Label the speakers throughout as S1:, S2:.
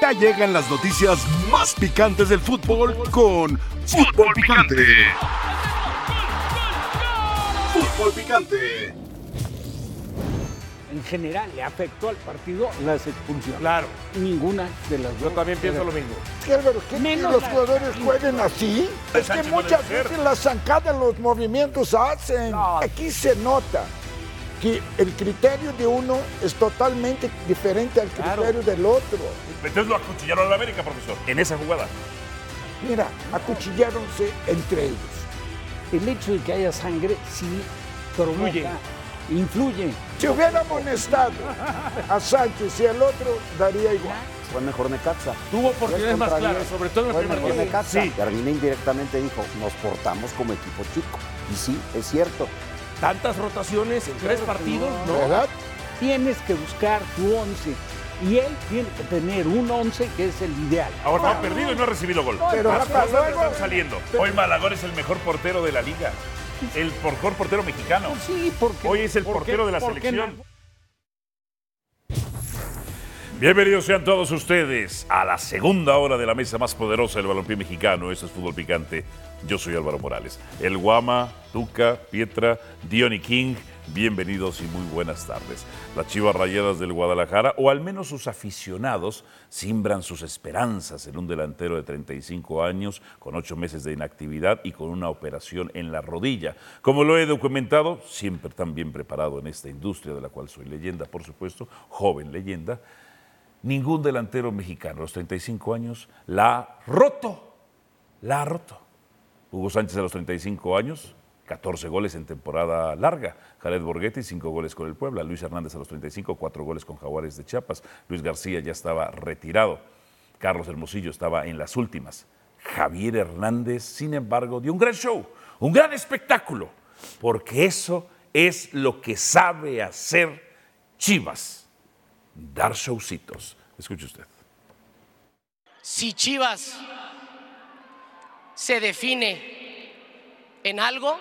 S1: Ya llegan las noticias más picantes del fútbol con Fútbol Picante. Fútbol Picante.
S2: En general le afectó al partido las expulsiones.
S3: Claro.
S2: Ninguna de las dos.
S3: Yo también pienso lo mismo.
S4: ¿Qué, Álvaro, qué
S2: Menos
S4: los
S2: la-
S4: jugadores jueguen así? Es que
S3: Sánchez
S4: muchas
S3: puede ser.
S4: veces las zancadas, los movimientos hacen.
S2: No.
S4: Aquí se nota que el criterio de uno es totalmente diferente al
S2: Claro.
S4: criterio del otro.
S3: Entonces lo acuchillaron a la América, profesor, en esa jugada.
S4: Mira, acuchilláronse entre ellos.
S2: El hecho de que haya sangre sí provoca,
S3: Influye.
S2: influye.
S4: Si hubiera amonestado a Sánchez y al otro, daría igual.
S5: Fue mejor Necaxa.
S3: Tuvo oportunidades
S5: Tres
S3: más
S5: contra
S3: claras,
S5: diez.
S3: sobre todo en el
S5: Fue
S3: primer
S5: mejor
S3: tiempo.
S5: Necaxa.
S3: Sí.
S5: Y Armina indirectamente dijo, nos portamos como equipo chico. Y sí, es cierto.
S3: Tantas rotaciones en tres partidos, ¿no?
S4: ¿Verdad?
S2: Tienes que buscar tu once. Y él tiene que tener un once que es el ideal.
S3: Ahora ha perdido y no ha recibido gol.
S4: Pero
S3: Las
S4: Rafa,
S3: cosas
S4: luego-
S3: le están saliendo. Hoy Malagón es el mejor portero de la liga. El mejor portero mexicano.
S2: Sí, porque.
S3: Hoy es el
S2: porque-
S3: portero de la
S2: porque
S3: selección. Bienvenidos sean todos ustedes a la segunda hora de la mesa más poderosa del balompié mexicano. Eso es fútbol picante. Yo soy Álvaro Morales. El Guama, Tuca, Pietra, Diony King. Bienvenidos y muy buenas tardes. Las Chivas Rayadas del Guadalajara, o al menos sus aficionados, simbran sus esperanzas en un delantero de 35 años, con ocho meses de inactividad y con una operación en la rodilla. Como lo he documentado, siempre tan bien preparado en esta industria de la cual soy leyenda, por supuesto, joven leyenda, Ningún delantero mexicano a los 35 años la ha roto. La ha roto. Hugo Sánchez a los 35 años, 14 goles en temporada larga. Jared Borghetti, 5 goles con el Puebla. Luis Hernández a los 35, 4 goles con Jaguares de Chiapas. Luis García ya estaba retirado. Carlos Hermosillo estaba en las últimas. Javier Hernández, sin embargo, dio un gran show, un gran espectáculo, porque eso es lo que sabe hacer Chivas dar showcitos. Escuche usted.
S6: si Chivas se define en algo,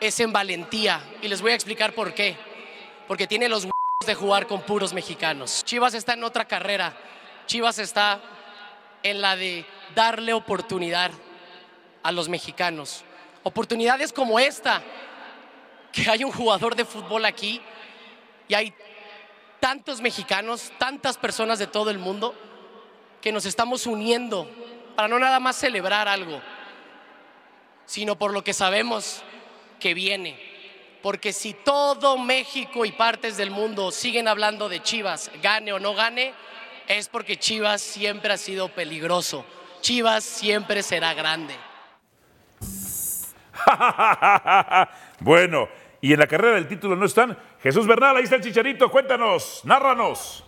S6: es en valentía. Y les voy a explicar por qué. Porque tiene los huevos de jugar con puros mexicanos. Chivas está en otra carrera. Chivas está en la de darle oportunidad a los mexicanos. Oportunidades como esta, que hay un jugador de fútbol aquí y hay tantos mexicanos, tantas personas de todo el mundo que nos estamos uniendo para no nada más celebrar algo, sino por lo que sabemos que viene. Porque si todo México y partes del mundo siguen hablando de Chivas, gane o no gane, es porque Chivas siempre ha sido peligroso. Chivas siempre será grande.
S3: bueno, y en la carrera del título no están. Jesús Bernal, ahí está el chicharito. Cuéntanos, nárranos.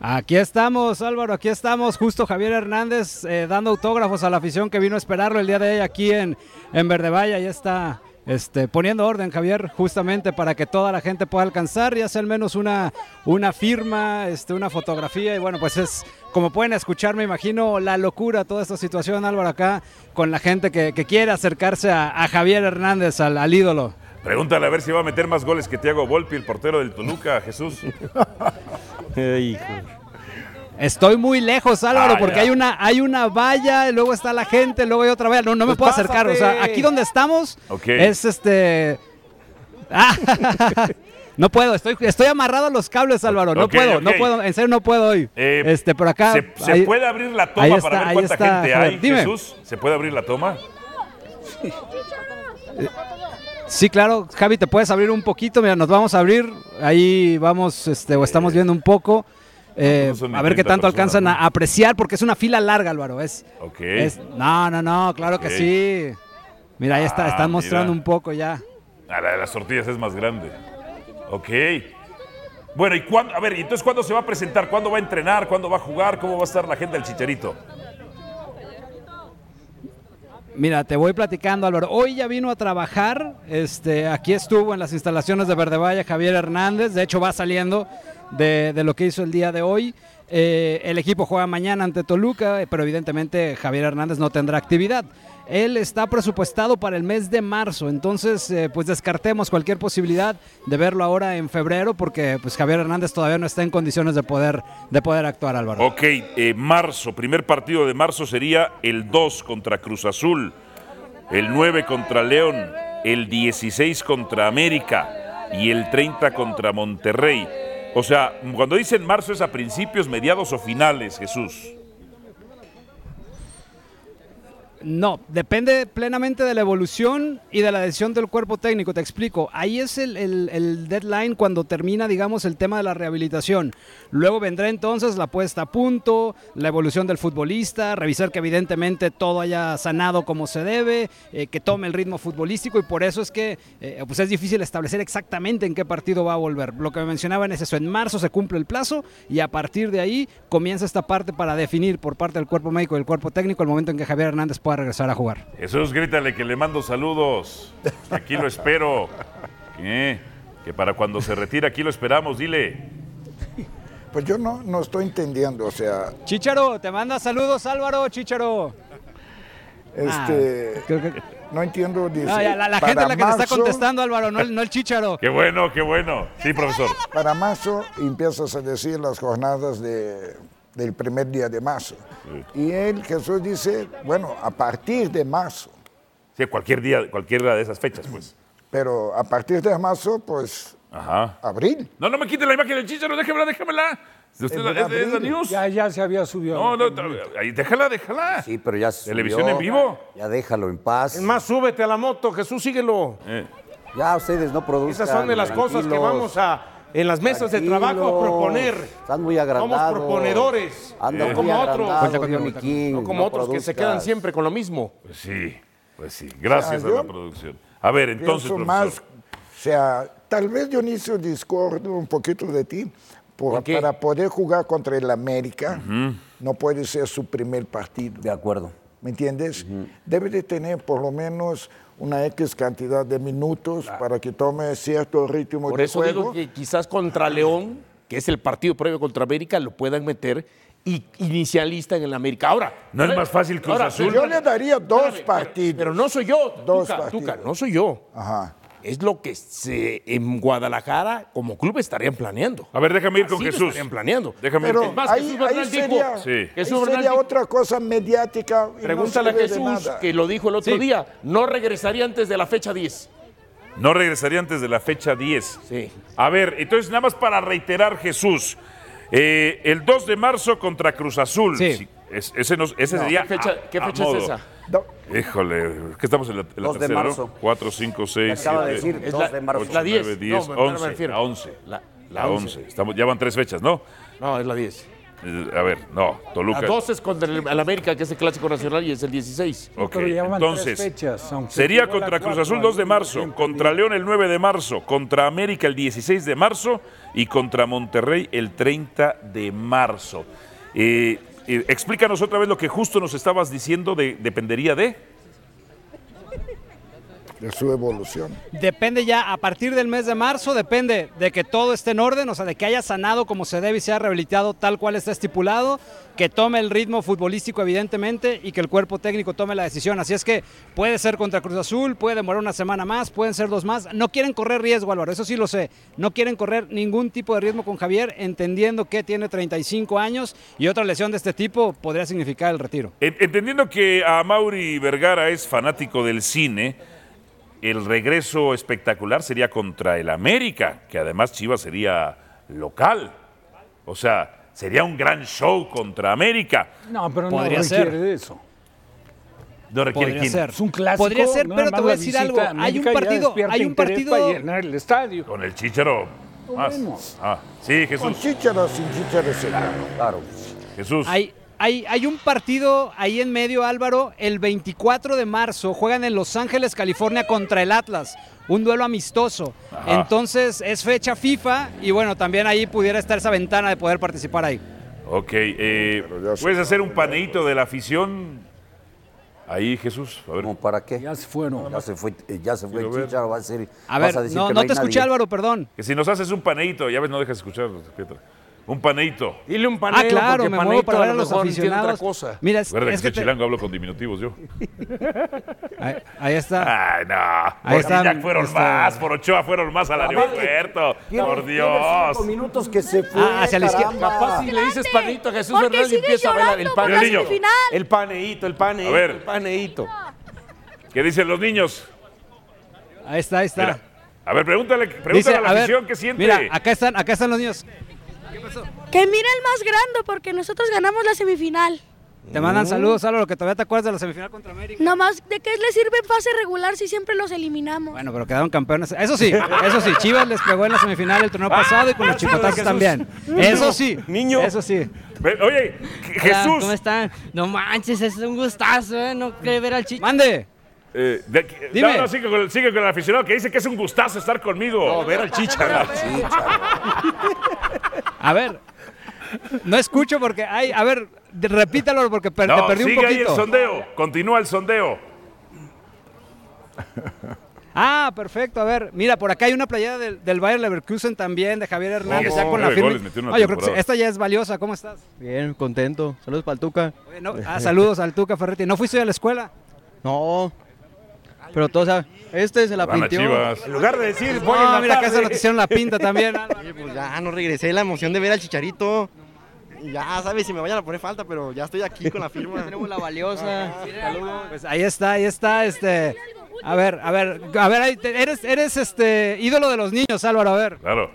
S7: Aquí estamos, Álvaro, aquí estamos. Justo Javier Hernández eh, dando autógrafos a la afición que vino a esperarlo el día de hoy aquí en, en Verde Valle. Ya está este, poniendo orden, Javier, justamente para que toda la gente pueda alcanzar, ya sea al menos una, una firma, este, una fotografía. Y bueno, pues es, como pueden escuchar, me imagino, la locura toda esta situación, Álvaro, acá con la gente que, que quiere acercarse a, a Javier Hernández, al- al ídolo.
S3: Pregúntale a ver si va a meter más goles que Thiago Volpi, el portero del Toluca, Jesús.
S7: Estoy muy lejos, Álvaro,
S3: Ah,
S7: porque
S3: ya.
S7: hay una, hay una valla, y luego está la gente, luego hay otra valla. No, no me
S5: Pues
S7: puedo acercar. O sea,
S5: pásate.
S7: aquí donde estamos
S3: Ok.
S7: es este. Ah, no puedo, estoy, estoy amarrado a los cables, Álvaro. No
S3: Ok,
S7: puedo,
S3: ok.
S7: no puedo, en serio no puedo hoy.
S3: Eh,
S7: este, por acá.
S3: ¿Se, se
S7: ahí-
S3: puede abrir la
S7: ahí
S3: toma
S7: está,
S3: para ver
S7: ahí
S3: cuánta
S7: está,
S3: gente
S7: Javier,
S3: hay,
S7: dime.
S3: Jesús? ¿Se puede abrir la toma?
S7: Sí, claro, Javi, te puedes abrir un poquito. Mira, nos vamos a abrir. Ahí vamos, este, o estamos viendo un poco. eh,
S3: no son ni
S7: a ver qué
S3: 30
S7: tanto
S3: personas,
S7: alcanzan
S3: ¿no?
S7: a apreciar, porque es una fila larga, Álvaro. Es,
S3: Ok.
S7: es- no, no, no, claro
S3: Ok.
S7: que sí. Mira, ahí está,
S3: Ah,
S7: están mostrando
S3: mira.
S7: un poco ya.
S3: Ah, la de las tortillas es más grande. Ok. Bueno, y cuándo, a ver, ¿y entonces cuándo se va a presentar? ¿Cuándo va a entrenar? ¿Cuándo va a jugar? ¿Cómo va a estar la agenda del chicharito?
S7: Mira, te voy platicando, Álvaro. Hoy ya vino a trabajar. Este, aquí estuvo en las instalaciones de Verde Valle Javier Hernández. De hecho, va saliendo de, de lo que hizo el día de hoy. Eh, el equipo juega mañana ante Toluca, eh, pero evidentemente Javier Hernández no tendrá actividad. Él está presupuestado para el mes de marzo, entonces eh, pues descartemos cualquier posibilidad de verlo ahora en febrero porque pues Javier Hernández todavía no está en condiciones de poder, de poder actuar, Álvaro.
S3: Ok, eh, marzo, primer partido de marzo sería el 2 contra Cruz Azul, el 9 contra León, el 16 contra América y el 30 contra Monterrey. O sea, cuando dicen marzo es a principios, mediados o finales, Jesús.
S7: No, depende plenamente de la evolución y de la decisión del cuerpo técnico, te explico. Ahí es el, el- el deadline cuando termina, digamos, el tema de la rehabilitación. Luego vendrá entonces la puesta a punto, la evolución del futbolista, revisar que evidentemente todo haya sanado como se debe, eh, que tome el ritmo futbolístico y por eso es que eh, pues es difícil establecer exactamente en qué partido va a volver. Lo que mencionaban es eso, en marzo se cumple el plazo y a partir de ahí comienza esta parte para definir por parte del cuerpo médico y del cuerpo técnico el momento en que Javier Hernández pueda regresar a jugar.
S3: Jesús, grítale que le mando saludos. Aquí lo espero. ¿Qué? Que para cuando se retire aquí lo esperamos, dile.
S4: Pues yo no, no estoy entendiendo, o sea,
S7: Chicharo, te manda saludos Álvaro, Chicharo. Ah,
S4: este,
S7: creo que-
S4: no entiendo. Dice,
S7: No, ya, la, la gente
S4: para
S7: es la que te está
S4: marzo-
S7: contestando Álvaro, no el, no el Chicharo.
S3: Qué bueno, qué bueno. Sí, profesor.
S4: Para marzo empiezas a decir las jornadas de- del primer día de marzo. Y él, Jesús, dice, bueno, a partir de marzo.
S3: Sí, cualquier día, cualquiera de esas fechas, pues.
S4: Pero a partir de marzo, pues,
S3: Ajá.
S4: abril.
S3: No, no me quite la imagen del chicharo, déjamela, déjamela. Si usted la- es, de- es la news.
S8: Ya, ya se había subido.
S3: No, no, no, ahí, déjala, déjala.
S5: Sí, pero ya se
S3: Televisión
S5: subió.
S3: en vivo.
S5: Ya déjalo en paz.
S8: Es más, súbete a la moto, Jesús, síguelo.
S3: Eh,
S5: Ya ustedes no producen.
S8: Esas son de las cosas que vamos a, en las mesas de trabajo, a proponer.
S5: Están muy agradables.
S8: Somos proponedores.
S3: Eh.
S5: Andan
S8: no
S5: muy
S8: como otros.
S5: agrandados,
S7: conmigo,
S5: Johnny
S7: cuenta
S5: King,
S8: No como
S5: no
S8: otros que se
S5: produzcas.
S8: quedan siempre con lo mismo.
S3: pues sí, pues sí. Gracias
S4: O sea,
S3: a la
S4: yo
S3: producción. A ver, entonces,
S4: Pienso
S3: profesor.
S4: más, o sea, tal vez Dionisio discordo un poquito de ti. por-
S8: ¿Por qué?
S4: para poder jugar contra el América, no puede ser su primer partido.
S5: De acuerdo.
S4: ¿Me entiendes? Debe de tener por lo menos una X cantidad de minutos para que tome cierto ritmo
S8: Por
S4: de
S8: eso
S4: juego.
S8: digo que quizás contra León, que es el partido previo contra América, lo puedan meter y inicialista en el América. Ahora.
S3: ¿No es más fácil Cruz
S8: ahora,
S3: Azul?
S4: Yo le daría dos partidos.
S8: Pero no soy yo.
S4: Dos
S8: Tuca,
S4: partidos.
S8: Tuca, no soy yo.
S4: Ajá.
S8: Es lo que se, en Guadalajara como club estarían planeando.
S3: A ver, déjame ir
S8: Así
S3: con
S8: lo
S3: Jesús.
S8: estarían planeando.
S3: Déjame ir
S4: Pero
S3: con-
S8: más,
S4: ahí,
S8: Jesús Bernal
S4: ahí
S8: dijo-
S4: sería,
S3: Sí.
S4: ahí
S8: Jesús
S4: sería
S8: Bernal dijo-
S4: otra cosa mediática. y no
S8: Pregúntale a
S4: sirve de
S8: Jesús,
S4: nada.
S8: que lo dijo el otro
S7: Sí.
S8: día. No regresaría antes de la fecha 10.
S3: No regresaría antes de la fecha 10.
S8: Sí.
S3: A ver, entonces nada más para reiterar, Jesús. eh, el 2 de marzo contra Cruz Azul.
S7: Sí.
S3: es- ese no- ese sería.
S8: ¿Qué fecha,
S3: a-
S8: qué
S3: a
S8: fecha
S3: modo.
S8: es esa?
S4: No,
S3: Híjole, ¿qué estamos en la, en la
S5: 2 de
S3: tercera,
S5: marzo.
S3: ¿no? 4, 5, 6,
S5: Acaba de
S3: 7,
S5: decir
S8: Es
S5: 2 de marzo.
S8: La 10.
S3: 9, 10,
S8: No, me- me
S3: 11.
S8: refiero.
S3: La 11.
S8: La- la
S3: La 11.
S8: 11.
S3: Estamos, ya van tres fechas, ¿no?
S8: No, es la 10.
S3: Eh, A ver, no,
S8: La
S3: Toluca.
S8: 12 es contra el, el América, que es el clásico nacional, y es el 16.
S3: Ok,
S8: Pero ya van
S3: Entonces,
S8: tres fechas, aunque
S3: sería
S8: llegó la
S3: contra Cruz
S8: cuatro
S3: Azul 2 de
S8: al
S3: marzo,
S8: tiempo.
S3: contra León el 9 de marzo, contra América el 16 de marzo y contra Monterrey el 30 de marzo. Eh, eh, explícanos otra vez lo que justo nos estabas diciendo de dependería de.
S4: de su evolución.
S7: Depende ya, a partir del mes de marzo, depende de que todo esté en orden, o sea, de que haya sanado como se debe y sea rehabilitado tal cual está estipulado, que tome el ritmo futbolístico evidentemente y que el cuerpo técnico tome la decisión. Así es que puede ser contra Cruz Azul, puede demorar una semana más, pueden ser dos más. No quieren correr riesgo, Álvaro, eso sí lo sé. No quieren correr ningún tipo de riesgo con Javier, entendiendo que tiene 35 años y otra lesión de este tipo podría significar el retiro.
S3: En- Entendiendo que a Mauri Vergara es fanático del cine, el regreso espectacular sería contra el América, que además Chivas sería local. O sea, sería un gran show contra América.
S8: No, pero
S7: no Podría requiere ser.
S8: de eso.
S3: No requiere
S7: Podría
S3: quién.
S7: ser.
S8: Es un clásico,
S7: Podría ser,
S8: nada
S7: pero te
S8: más
S7: voy a
S8: la
S7: decir
S8: visita
S7: algo.
S8: a
S7: Hay un
S8: América ya
S7: partido,
S8: despierta
S7: hay un
S8: interés
S7: partido.
S8: para llenar el estadio.
S3: Con el chicharo. más. Ah, sí,
S4: Con
S3: Jesús.
S4: chícharos sin chícharos.
S5: Claro.
S3: Jesús.
S7: Hay, hay, hay un partido ahí en medio, Álvaro. El 24 de marzo juegan en Los Ángeles, California, contra el Atlas. Un duelo amistoso.
S3: Ajá.
S7: Entonces es fecha FIFA y bueno, también ahí pudiera estar esa ventana de poder participar ahí.
S3: Ok. eh,
S4: Pero ya se
S3: ¿Puedes
S4: va
S3: hacer un paneíto de la afición? Ahí, Jesús. A ver.
S5: ¿Cómo para qué?
S8: se fueron.
S5: Ya se fue, eh, ya se fue
S3: Quiero ver.
S5: Chicharo, va a ser.
S7: A
S5: vas
S7: ver,
S5: decir
S7: no,
S5: que
S7: no
S5: hay
S7: te escuché,
S5: nadie.
S7: Álvaro, perdón.
S3: Que si nos haces un paneíto, ya ves, no dejas escuchar, Pietra. Un paneito.
S8: Dile un
S7: Ah,
S8: paneo,
S7: claro,
S8: porque
S7: me
S8: Paneito
S7: muevo para ver a
S8: lo
S7: los
S8: mejor entiende
S7: aficionados.
S8: otra cosa.
S7: Mira, es,
S3: Recuerda que
S7: es
S3: soy
S7: que te-
S3: chilango hablo con diminutivos yo.
S7: ahí, ahí está.
S3: Ay, no.
S7: Ahí
S3: Por
S7: está,
S3: Guiñac fueron
S7: está.
S3: más, por Ochoa fueron más al aeropuerto. Por Dios.
S5: Cinco minutos que se fue.
S7: Ah, hacia la izquierda.
S5: caramba.
S8: Capaz si le dices panito a Jesús
S9: Porque
S8: Hernández y
S9: sigue
S8: empieza a bailar el
S9: llorando por
S3: la
S8: paneito.
S9: semifinal.
S8: El paneíto, el paneíto,
S3: A ver.
S8: el paneíto.
S3: ¿Qué dicen los niños?
S7: Ahí está, ahí está.
S3: Mira, a ver, pregúntale, pregúntale a la afición qué siente.
S7: Mira, acá están, acá están los niños.
S9: Que mira el más grande porque nosotros ganamos la semifinal.
S7: Te mandan saludos, Álvaro, que todavía te acuerdas de la semifinal contra América.
S9: Nomás, ¿de qué le sirve en fase regular si siempre los eliminamos?
S7: Bueno, pero quedaron campeones. Eso sí, eso sí, Chivas les pegó en la semifinal el torneo
S3: Ah,
S7: pasado y con los chipotazos también. Eso sí.
S8: Niño.
S7: Eso sí.
S3: Ve- Oye, Je- Jesús.
S10: ¿Cómo están? No manches, es un gustazo, ¿eh? No quiere ver al chico.
S7: Mande.
S3: eh, de aquí-
S7: Dime.
S3: No, no, sigue con, el, sigue con el aficionado que dice que es un gustazo estar conmigo. No, ver al chicha.
S7: A ver. No escucho porque hay, a ver, de- repítalo porque per- te
S3: No,
S7: perdí un
S3: sigue ahí el
S7: poquito.
S3: sondeo. Continúa el sondeo.
S7: Ah, perfecto. A ver, mira, por acá hay una playera del, del Bayer Leverkusen también, de Javier Hernández,
S3: Oh,
S7: ya con la
S3: nueve
S7: firma.
S3: goles metió en una
S7: Ah, yo creo que sí,
S3: temporada.
S7: esta ya es valiosa. ¿Cómo estás?
S10: Bien, contento. Saludos para el Tuca.
S7: Oye, no- ah, saludos al Tuca Ferretti. ¿No fuiste a la escuela?
S10: No. Pero todo, o sea, este se la
S3: Van a
S10: pintió.
S3: Chivas.
S8: En lugar de decir, voy en
S7: No,
S8: la
S7: mira, acá
S8: tarde.
S7: se nos hicieron la pinta también. Álvaro.
S10: Oye, pues ya no regresé la emoción de ver al chicharito. Y Ya sabes si me vayan a poner falta, pero ya estoy aquí con la firma. Tenemos la valiosa.
S7: Pues ahí está, ahí está, este. A ver, a ver, a ver, ahí te- eres, eres este ídolo de los niños, Álvaro, a ver.
S3: Claro.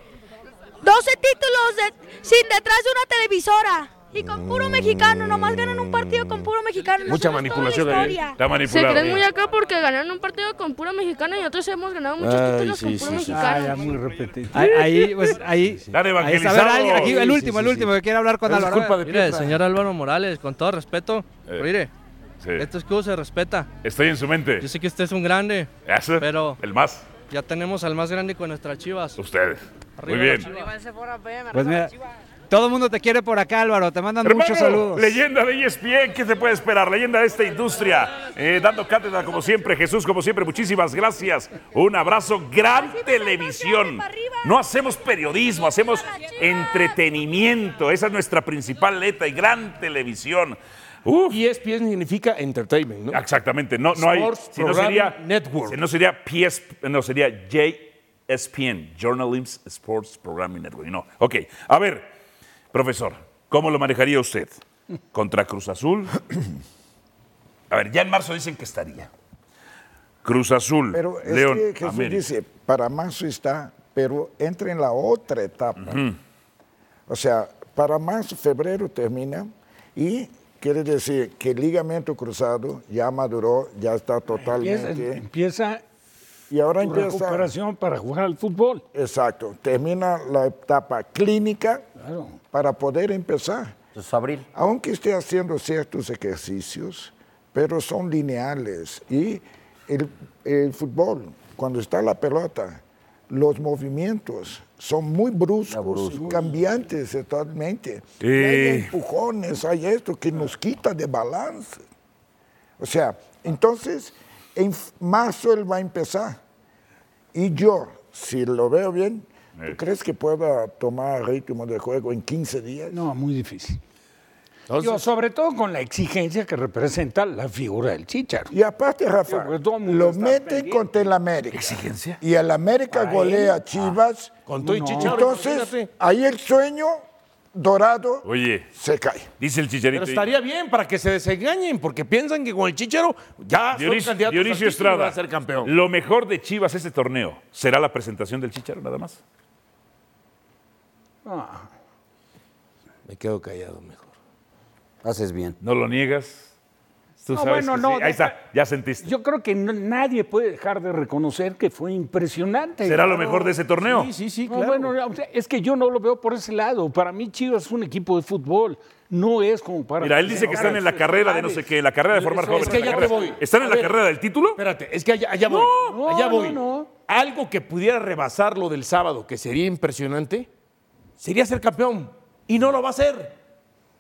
S9: 12 títulos de- sin detrás de una televisora. Y con puro mexicano, nomás ganan un partido con puro mexicano.
S8: Mm. Mucha
S9: Nosotros toda la
S8: manipulación ahí.
S9: historia.
S3: Está manipulado.
S9: acá porque ganaron un partido con puro mexicano y nosotros hemos ganado muchos títulos con puro
S2: Ah, ya muy repetido.
S7: Ahí, ahí, pues ahí.
S3: Están
S7: ahí está. A ver, alguien, aquí, el
S3: evangelizados.
S7: último, el último que quiere hablar con
S8: Es
S7: Álvaro. a ver.
S8: culpa de
S10: Mire,
S8: Pietra.
S10: señor Álvaro Morales, con todo respeto,
S3: Eh.
S10: mire,
S3: Sí,
S10: este escudo se respeta.
S3: Estoy en su mente.
S10: Yo sé que usted es un grande,
S3: Ese,
S10: pero-
S3: El más.
S10: ya tenemos al más grande con nuestras chivas.
S3: Ustedes. Muy
S10: Arriba las
S3: bien.
S10: Chivas.
S7: Pues mira, todo el mundo te quiere por acá, Álvaro. Te mandan
S3: Hermano,
S7: muchos saludos.
S3: Leyenda de E ESPN, ¿qué se puede esperar? Leyenda de esta industria, eh, dando cátedra como siempre, Jesús, como siempre, muchísimas gracias. Un abrazo, gran televisión. No hacemos periodismo, hacemos entretenimiento. Esa es nuestra principal letra y gran televisión. Uf,
S8: Y E ESPN significa entertainment, ¿no?
S3: exactamente, no, no hay.
S8: Sports
S3: Si no sería
S8: Programming Network.
S3: si no sería PS, no sería JSPN, Journalism Sports Programming Network. No. Ok, a ver, profesor, ¿cómo lo manejaría usted? ¿Contra Cruz Azul? A ver, ya en marzo dicen que estaría. Cruz Azul,
S4: Pero es
S3: Mm, León,
S4: que Jesús
S3: América.
S4: dice, para marzo está, pero entra en la otra etapa. O sea, para marzo, febrero termina y quiere decir que el ligamento cruzado ya maduró, ya está
S2: Empieza,
S4: totalmente.
S2: empieza
S4: Y ahora
S2: tu
S4: empieza...
S2: recuperación para jugar al fútbol.
S4: Exacto, termina la etapa clínica
S2: Claro.
S4: para poder empezar.
S5: Entonces, abril.
S4: aunque esté haciendo ciertos ejercicios, pero son lineales. Y el, el fútbol, cuando está la pelota, los movimientos son muy bruscos, cambiantes totalmente. Y Hay
S3: Eh.
S4: empujones, hay esto que nos quita de balance. O sea, entonces, en f- marzo él va a empezar. Y yo, si lo veo bien, ¿tú crees que pueda tomar ritmo de juego en 15 días?
S2: No, muy difícil. Digo, sobre todo con la exigencia que representa la figura del Chicharo.
S4: Y aparte, Rafa,
S2: porque todo el mundo
S4: lo
S2: está
S4: meten
S2: pendiente.
S4: contra el América. ¿Exigencia? Y el América golea
S5: Ah.
S4: a Chivas.
S8: Con todo y Chicharito,
S4: Entonces,
S8: imagínate.
S4: ahí el sueño dorado
S3: Oye,
S4: se cae.
S3: dice el chicharito.
S8: Pero estaría bien para que se desengañen, porque piensan que con el chicharo ya
S3: Dionisio,
S8: son candidatos
S3: Dionisio
S8: altísimos
S3: Estrada,
S8: a ser campeón.
S3: lo mejor de Chivas este torneo será la presentación del Chicharo, nada más.
S2: Ah.
S8: Me quedo callado mejor.
S5: Haces bien.
S3: ¿No lo niegas? Tú
S2: No,
S3: sabes
S2: bueno,
S3: que
S2: no,
S3: sí. Ahí
S2: deja-
S3: está, ya sentiste.
S2: Yo creo que no- nadie puede dejar de reconocer que fue impresionante.
S3: ¿Será lo mejor de ese torneo?
S8: Sí, sí, sí,
S2: No,
S8: claro.
S2: bueno, o sea, es que yo no lo veo por ese lado. Para mí Chivas es un equipo de fútbol. No es como para...
S3: Mira, él dice que están en la carrera de no sé qué, la carrera de formar
S8: Eso es
S3: jóvenes.
S8: que
S3: la
S8: ya
S3: carrera-
S8: te voy.
S3: ¿Están en
S8: A
S3: la
S8: ver.
S3: carrera del título?
S8: Espérate, es que allá, allá voy.
S2: No,
S8: allá
S2: no,
S8: voy.
S2: no.
S8: Algo que pudiera rebasar lo del sábado, que sería impresionante, sería ser campeón. Y no lo va a hacer.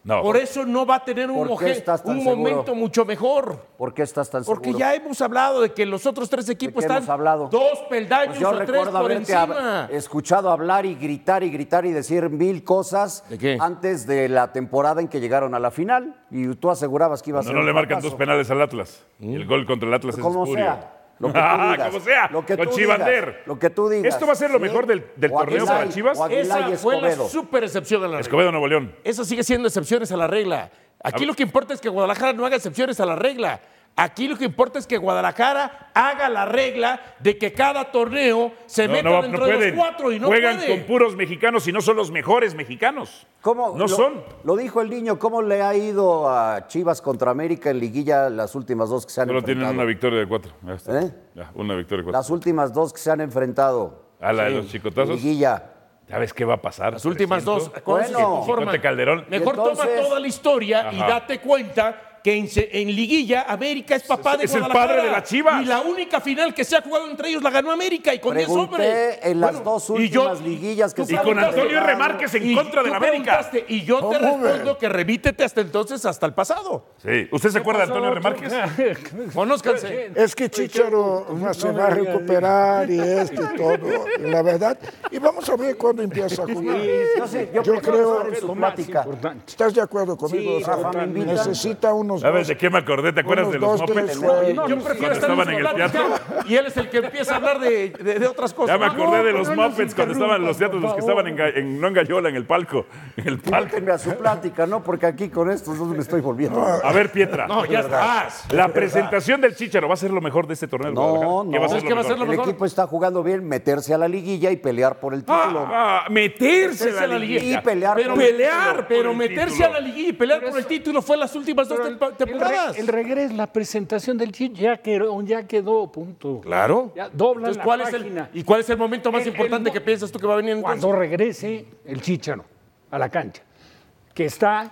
S3: No.
S8: Por eso no va a tener un,
S5: ¿Por qué
S8: moje-
S5: estás tan
S8: un
S5: seguro?
S8: momento mucho mejor.
S5: ¿Por qué estás tan
S8: Porque
S5: seguro?
S8: ya hemos hablado de que los otros tres equipos
S5: qué
S8: están
S5: hemos hablado?
S8: dos peldaños
S5: Pues yo
S8: o tres
S5: recuerdo
S8: por
S5: haberte
S8: encima.
S5: hab- escuchado hablar y gritar y gritar y decir mil cosas
S8: ¿De qué?
S5: antes de la temporada en que llegaron a la final y tú asegurabas que iba a
S3: No,
S5: ser
S3: no
S5: un
S3: le marcan
S5: fracaso.
S3: dos penales al Atlas. El gol contra el Atlas es
S5: Como
S3: espurio.
S5: sea. Lo que tú
S3: Ah,
S5: digas.
S3: como sea.
S5: Lo que
S3: con
S5: tú
S3: Chivander.
S5: digas, Lo que tú digas.
S3: ¿Esto va a ser lo
S5: Sí.
S3: mejor del, del
S5: O
S3: torneo
S5: Aguilar,
S3: para Chivas?
S5: o Aguilar y
S8: Esa fue la
S5: Escobedo.
S8: super excepción a la regla.
S3: Escobedo Nuevo León.
S8: Eso sigue siendo excepciones a la regla. Aquí lo que importa es que Guadalajara no haga excepciones a la regla. Aquí lo que importa es que Guadalajara haga la regla de que cada torneo se meta
S3: va-
S8: dentro de los cuatro y no
S3: Juegan
S8: puede.
S3: con puros mexicanos y no son los mejores mexicanos.
S5: ¿Cómo
S3: No
S5: lo-
S3: son.
S5: Lo dijo el niño, ¿cómo le ha ido a Chivas contra América en liguilla las últimas dos que se han
S3: Solo tienen
S5: enfrentado?
S3: una victoria de cuatro. Ya está.
S5: ¿Eh?
S3: Ya, una victoria de
S5: Las
S3: cuatro.
S5: últimas dos que se han enfrentado.
S3: A la de los
S5: en
S3: chicotazos.
S5: Liguilla.
S3: ¿Sabes qué va a pasar?
S8: Las últimas dos.
S3: 300.
S8: ¿cuáles
S5: Bueno.
S8: se conforman?
S3: Chicote Calderón.
S8: Mejor toma
S5: Entonces-
S8: toda la historia y
S3: Ajá.
S8: date cuenta que en, se- en liguilla América es papá de
S3: Es el
S8: Guadalajara.
S3: padre de las Chivas.
S8: Y la única final que se ha jugado entre ellos la ganó América y con 10 hombres.
S5: Pregunté en las
S8: Bueno,
S5: dos
S8: y yo-
S5: últimas liguillas que
S8: tú
S5: se
S3: Y
S5: han
S3: con Antonio
S5: enfrentado.
S3: Remárquez en
S8: Y
S3: contra
S8: tú
S3: de la América.
S8: preguntaste, Y yo te respondo que remítete hasta entonces, hasta el pasado.
S3: Sí. ¿Usted se acuerda de Antonio Remárquez?
S8: Conózcanse.
S4: Es que Chicharo se va a recuperar y esto y todo, la verdad. Y vamos a ver cuándo empieza a jugar.
S5: Yo, sé, yo
S4: Yo
S5: creo
S4: creo,
S5: en su plática.
S4: ¿estás de acuerdo conmigo? Rafa?
S5: Rafa, me invitan.
S4: Necesita unos
S3: ¿Sabes
S4: dos,
S3: de qué me acordé? ¿Te acuerdas
S4: unos
S3: de los
S4: dos,
S3: Muppets?
S4: tres juegos.
S8: Yo prefiero
S3: Cuando
S8: estar
S3: estaban
S8: en
S3: en
S8: una
S3: el
S8: plática y él es el que empieza a hablar de, de- de otras cosas.
S3: Ya me acordé de
S8: No,
S3: los Muppets cuando estaban en los teatros, los que estaban en, Ga- en- no en Gallola, en el palco. En el palco.
S5: Invítenme a su plática, ¿no? Porque aquí con estos dos me estoy volviendo.
S3: A ver, Pietra.
S8: No, ya estás.
S3: La presentación del Chicharo va a ser lo mejor de este torneo. del
S5: No,
S3: Guadalajara?
S5: no.
S3: ¿Qué va a ser
S8: Es
S3: lo
S8: que Pues, va a
S3: mejor?
S8: ser lo
S5: El
S8: mejor.
S5: equipo está jugando bien, meterse a la liguilla y pelear por el título.
S3: Ah, ah, meterse
S8: Meterse
S3: a la liguilla.
S5: Y pelear
S8: Pero
S5: por el
S8: pelear,
S3: título,
S8: pero
S3: por el
S8: meterse
S3: título.
S8: a la liguilla y pelear por el título fue las últimas dos tempa- temporadas.
S2: El regreso, la presentación del chip ya quedó, ya quedó punto.
S8: Claro.
S2: Ya doblan
S8: Entonces,
S2: la
S8: ¿cuál es el-
S2: página.
S8: ¿Y cuál es el momento más
S2: El- el
S8: importante
S2: mo-
S8: que piensas tú que va a venir entonces?
S2: Cuando regrese el Chicharo a la cancha, que está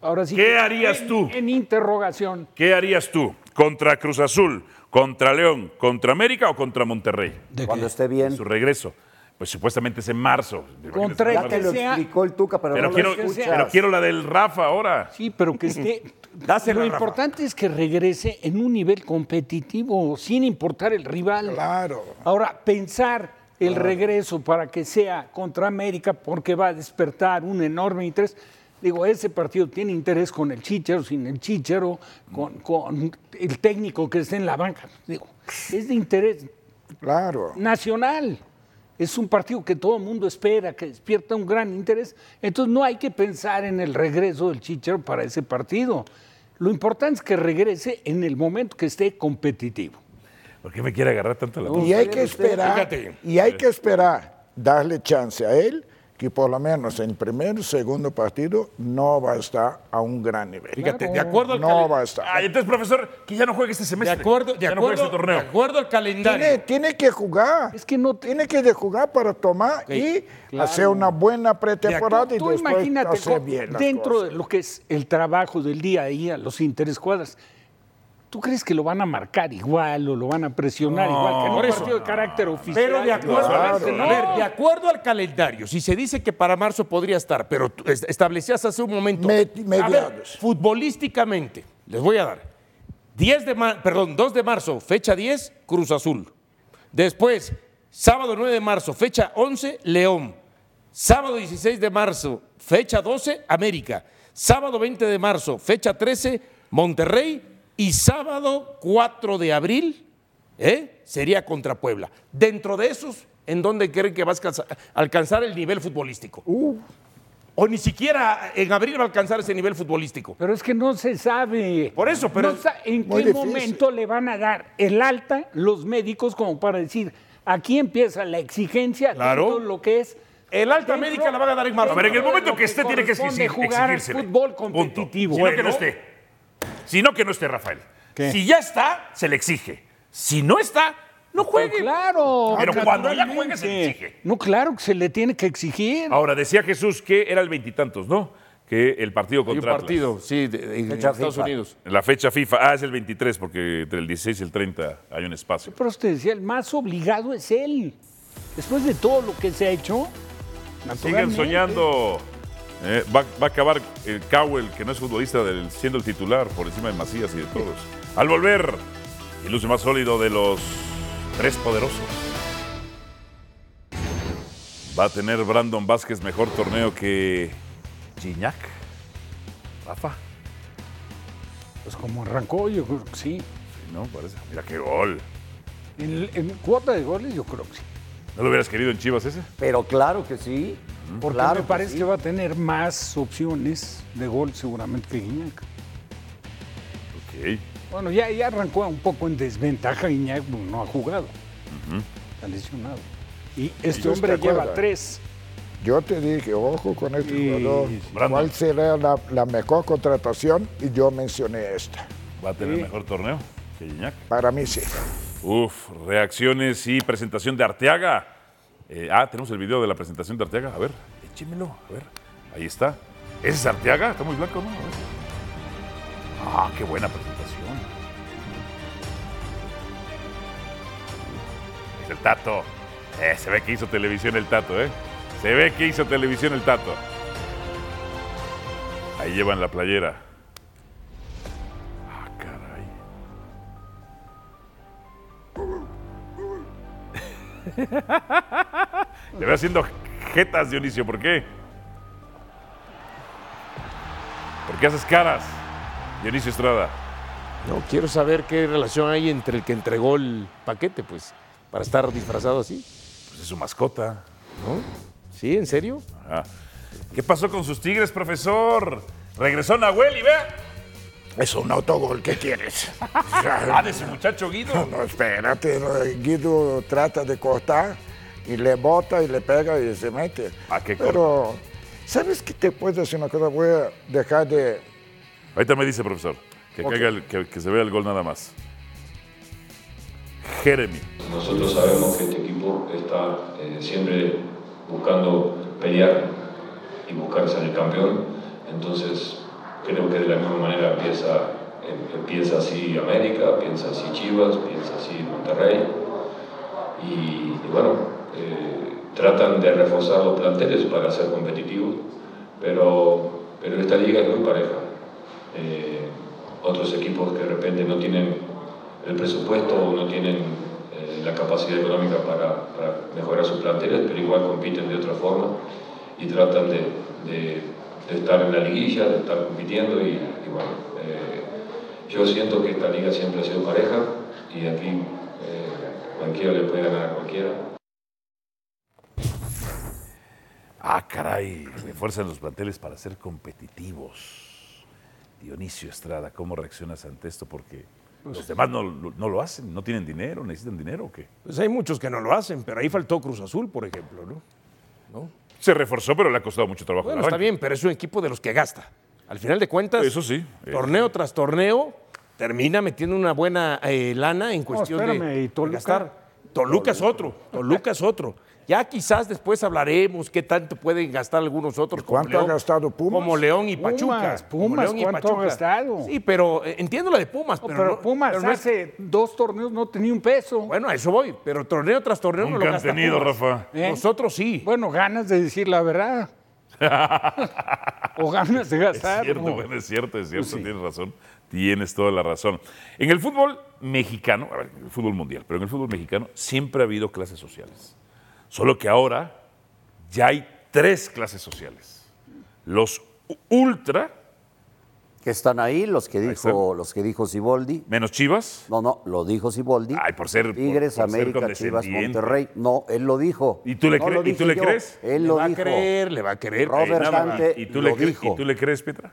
S2: ahora sí.
S3: ¿Qué
S2: que
S3: harías
S2: en-
S3: tú?
S2: En interrogación.
S3: ¿Qué harías tú? ¿Contra Cruz Azul? ¿Contra León? ¿Contra América o contra Monterrey?
S5: Cuando esté
S3: En
S5: bien.
S3: su regreso. Pues supuestamente es en marzo.
S2: Contra
S5: Ya te
S2: que
S5: lo
S2: sea-
S5: explicó el Tuca, pero,
S3: Pero
S5: no
S3: quiero,
S5: lo escuchas.
S3: pero quiero la del Rafa ahora.
S2: Sí, pero que esté.
S8: Dásela,
S2: lo
S8: Rafa.
S2: importante es que regrese en un nivel competitivo, sin importar el rival.
S4: Claro.
S2: Ahora, pensar el regreso para que sea contra América, porque va a despertar un enorme interés. Digo, ese partido tiene interés con el Chichero, sin el Chichero, con, con el técnico que esté en la banca. Digo, es de interés
S4: claro.
S2: nacional. Es un partido que todo el mundo espera, que despierta un gran interés. Entonces no hay que pensar en el regreso del Chichero para ese partido. Lo importante es que regrese en el momento que esté competitivo.
S3: ¿Por qué me quiere agarrar tanto la
S4: Y hay que esperar,
S8: Fíjate.
S4: y hay que esperar, darle chance a él, que por lo menos en primer, segundo partido no va a estar a un gran nivel.
S8: Fíjate, de acuerdo al
S4: No
S8: calen-
S4: va a estar.
S3: Ay, entonces, profesor, que ya no juegue este
S8: de
S3: semestre.
S8: acuerdo, de
S3: ya no juegue
S8: acuerdo,
S3: este torneo.
S8: de acuerdo al calendario.
S4: Tiene, tiene que jugar.
S2: Es que no te-
S4: tiene que de jugar para tomar y hacer una buena pretemporada y
S2: Tú
S4: después
S2: imagínate
S4: hacer
S2: co-
S4: bien las
S2: dentro
S4: cosas.
S2: de lo que es el trabajo del día a día, los interescuadras. ¿Tú crees que lo van a marcar igual o lo van a presionar igual que en
S8: por
S2: un
S8: eso.
S2: partido de carácter oficial?
S8: Pero de acuerdo,
S4: Claro.
S8: a ver, a ver, de acuerdo al calendario, si se dice que para marzo podría estar, pero tú es- establecías hace un momento.
S4: Me-
S8: a ver,
S4: mediados.
S8: futbolísticamente, les voy a dar. 10 de ma- perdón, 2 de marzo, fecha 10, Cruz Azul. Después, sábado 9 de marzo, fecha 11, León. Sábado 16 de marzo, fecha 12, América. Sábado 20 de marzo, fecha 13, Monterrey. Y sábado 4 de abril, ¿eh? sería contra Puebla. Dentro de esos, ¿en dónde creen que vas a alcanza- alcanzar el nivel futbolístico?
S2: Uh.
S8: O ni siquiera en abril va a alcanzar ese nivel futbolístico.
S2: Pero es que no se sabe.
S8: Por eso, pero-
S2: No sa- ¿En qué
S4: Muy difícil.
S2: momento le van a dar el alta los médicos como para decir, aquí empieza la exigencia de
S8: Claro.
S2: todo lo que es.
S8: El alta
S2: dentro-
S8: médica la van a dar en marzo.
S3: A ver, en el
S2: dentro de
S3: momento
S2: lo
S3: que esté, tiene que
S2: corresponde
S3: exigir,
S2: jugar al
S3: exigírsele.
S2: fútbol
S3: Punto.
S2: competitivo.
S3: Si no, que no esté. Si no, que no esté, Rafael. Si ya está, se le exige. Si no está, no juegue.
S2: Pues Claro.
S3: Pero cuando ya
S2: naturalmente.
S3: juegue, se le exige. Ah.
S2: No, claro que se le tiene que exigir.
S3: Ahora, decía Jesús que era el veintitantos, ¿no? Que el partido
S8: Hay un
S3: contra Atlas.
S8: partido, sí, de- de- en
S5: Fecha
S8: Estados
S5: FIFA.
S8: Unidos.
S3: La fecha FIFA. Ah, es el 23, porque entre el 16 y el 30 hay un espacio.
S2: Pero usted decía, el más obligado es él. Después de todo lo que se ha hecho.
S3: Sigan
S2: naturalmente.
S3: soñando. Eh, va, va a acabar el Cowell, que no es futbolista, del- siendo el titular por encima de Macías y de todos. Al volver, el luce más sólido de los tres poderosos. ¿Va a tener Brandon Vázquez mejor torneo que Gignac? Rafa.
S2: Pues como arrancó, yo creo que sí.
S3: No, parece. Mira qué gol.
S2: En, en cuota de goles, yo creo que sí.
S3: ¿No lo hubieras querido en Chivas ese?
S5: Pero claro que sí.
S8: Mm.
S2: Porque
S5: Claro
S2: me
S5: que
S2: parece
S5: sí.
S2: que va a tener más opciones de gol seguramente que Guiñac.
S3: Ok.
S2: Bueno, ya, ya arrancó un poco en desventaja. Guiñac bueno, no ha jugado. Está lesionado. Y este
S4: ¿te
S2: hombre lleva
S4: acuerdas?
S2: tres.
S4: Yo te dije, ojo con este
S2: Sí,
S4: jugador,
S2: sí.
S3: Brandon.
S4: ¿cuál será la, la mejor contratación? Y yo mencioné esta.
S3: ¿Va a tener
S2: Sí.
S3: mejor torneo que Gignac?
S4: Para mí sí.
S3: Uf, reacciones y presentación de Arteaga. Eh, ah, tenemos el video de la presentación de Arteaga. A ver, échemelo, a ver. Ahí está. ¿Ese es Arteaga? Está muy blanco, ¿no? A ver. Ah, qué buena presentación. Es el Tato. Eh, se ve que hizo televisión el Tato, ¿eh? Se ve que hizo televisión el Tato. Ahí llevan la playera. Ah, caray. Te veo haciendo jetas, Dionisio, ¿por qué? ¿Por qué haces caras, Dionisio Estrada?
S8: No, quiero saber qué relación hay entre el que entregó el paquete, pues, para estar disfrazado así,
S3: Pues es su mascota.
S8: ¿no? ¿Sí? ¿En serio?
S3: Ajá. ¿Qué pasó con sus tigres, profesor? Regresó Nahuel y vea.
S4: Es un autogol, ¿qué quieres?
S3: Ah, de ese muchacho Guido.
S4: No, espérate, no, Guido trata de cortar y le bota y le pega y se mete.
S3: ¿A qué
S4: Pero, ¿sabes qué te puedo decir una cosa? Voy a dejar de...
S3: Ahorita me dice, profesor, que,
S4: Ok.
S3: caiga el- que- que se vea el gol nada más. Jeremy.
S11: Nosotros sabemos que este equipo está eh, siempre buscando pelear y buscar ser el campeón, entonces creo que de la misma manera piensa, eh, piensa así América, piensa así Chivas, piensa así Monterrey y, y bueno, eh, tratan de reforzar los planteles para ser competitivos, pero, pero esta liga es muy pareja. Eh, otros equipos que de repente no tienen el presupuesto o no tienen eh, la capacidad económica para, para mejorar sus planteles, pero igual compiten de otra forma y tratan de, de- de estar en la liguilla, de estar compitiendo y, y bueno, eh, yo siento que esta liga siempre ha sido pareja y aquí eh, cualquiera le puede ganar a cualquiera.
S3: Ah, caray, refuerzan los planteles para ser competitivos. Dionisio Estrada, ¿cómo reaccionas ante esto? Porque los demás no, lo- no lo hacen, no tienen dinero, necesitan dinero o qué.
S8: Pues hay muchos que no lo hacen, pero ahí faltó Cruz Azul, por ejemplo, ¿no? ¿No?
S3: Se reforzó, pero le ha costado mucho trabajo.
S8: Bueno,
S3: al
S8: está
S3: arranque.
S8: bien, pero es un equipo de los que gasta. Al final de cuentas,
S3: Eso sí. eh,
S8: torneo tras torneo, termina metiendo una buena eh, lana en cuestión de-
S2: espérame, ¿y
S8: de,
S2: Toluca?
S8: gastar. Toluca es otro, Toluca es otro. Ya quizás después hablaremos qué tanto pueden gastar algunos otros. como
S4: ¿Cuánto ha gastado Pumas?
S8: Como León y
S2: Pumas,
S8: Pachuca. como
S2: Pumas,
S8: León y
S2: ¿cuánto ha
S8: Pachuca.
S2: gastado?
S8: Sí, pero eh, entiendo la de Pumas.
S2: No,
S8: pero,
S2: pero,
S8: no-
S2: Pumas
S8: pero no es-
S2: hace dos torneos no tenía un peso. Bueno,
S8: Bueno, a eso voy, pero torneo tras torneo no
S3: Nunca
S8: lo
S3: han
S8: gasta
S3: tenido,
S8: Pumas.
S3: Rafa.
S2: ¿Eh?
S8: Nosotros sí.
S2: ganas de decir la verdad. o ganas de
S3: Es
S2: gastar.
S3: cierto,
S2: o-
S3: bueno, es cierto, es cierto, tienes razón. Tienes toda la razón. En el fútbol mexicano, a ver, en el fútbol mundial, pero en el fútbol mexicano siempre ha habido clases sociales. Solo que ahora ya hay tres clases sociales. Los ultra,
S5: Que están ahí, los que
S3: están.
S5: dijo, los que dijo Siboldi.
S3: menos chivas,
S5: No, no, lo dijo Siboldi.
S3: Ay, por ser- por-
S5: Tigres,
S3: por ser
S5: América, Chivas,
S3: condescendiente.
S5: Monterrey. No, él lo dijo.
S3: ¿Y tú le
S5: No
S3: cre-
S5: lo
S3: y tú
S5: dije
S3: le
S5: yo,
S3: crees?
S5: Él
S8: le
S5: lo
S8: va
S5: dijo.
S8: a creer, le va a creer.
S5: Robert
S3: Ahí nada
S5: Dante
S3: más. ¿Y tú,
S5: lo
S3: le cre-
S5: dijo.
S3: ¿Y tú le crees, Petra?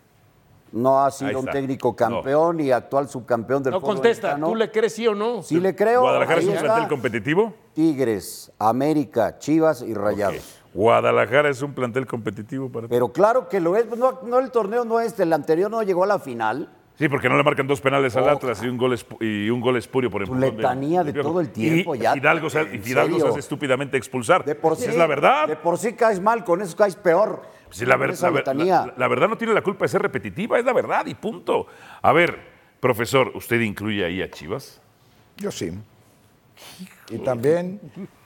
S5: No ha
S3: Ahí
S5: sido un
S3: está.
S5: técnico
S3: No.
S5: campeón y actual subcampeón del
S8: No
S5: fútbol
S8: contesta,
S5: mexicano.
S8: ¿tú le crees sí o no?
S5: Sí le creo.
S3: ¿Guadalajara es
S5: ahí
S3: un
S5: está.
S3: plantel competitivo?
S5: Tigres, América, Chivas y Rayados.
S3: Ok. Guadalajara es un plantel competitivo para ti.
S5: Pero claro que lo es. pues No, no, el torneo no es. El anterior no llegó a la final.
S3: Sí, porque no le marcan dos penales al Atlas y un gol, espu- y un gol espurio por
S5: Oh. Tu
S3: empujón del-
S5: letanía
S3: del
S5: de
S3: Piojo.
S5: todo el tiempo,
S3: Y
S5: ya,
S3: Fidalgo, se, y
S5: en
S3: Fidalgo se
S5: serio.
S3: hace estúpidamente expulsar.
S5: De por sí.
S3: Pues Es la verdad.
S5: De por sí caes mal, con eso caes peor.
S3: Pues Sí, la, ver-
S5: Con esa
S3: la ver-
S5: letanía.
S3: la- la verdad no tiene la culpa de ser repetitiva, es la verdad y punto. A ver, profesor, ¿usted incluye ahí a Chivas?
S4: Yo sí. Y también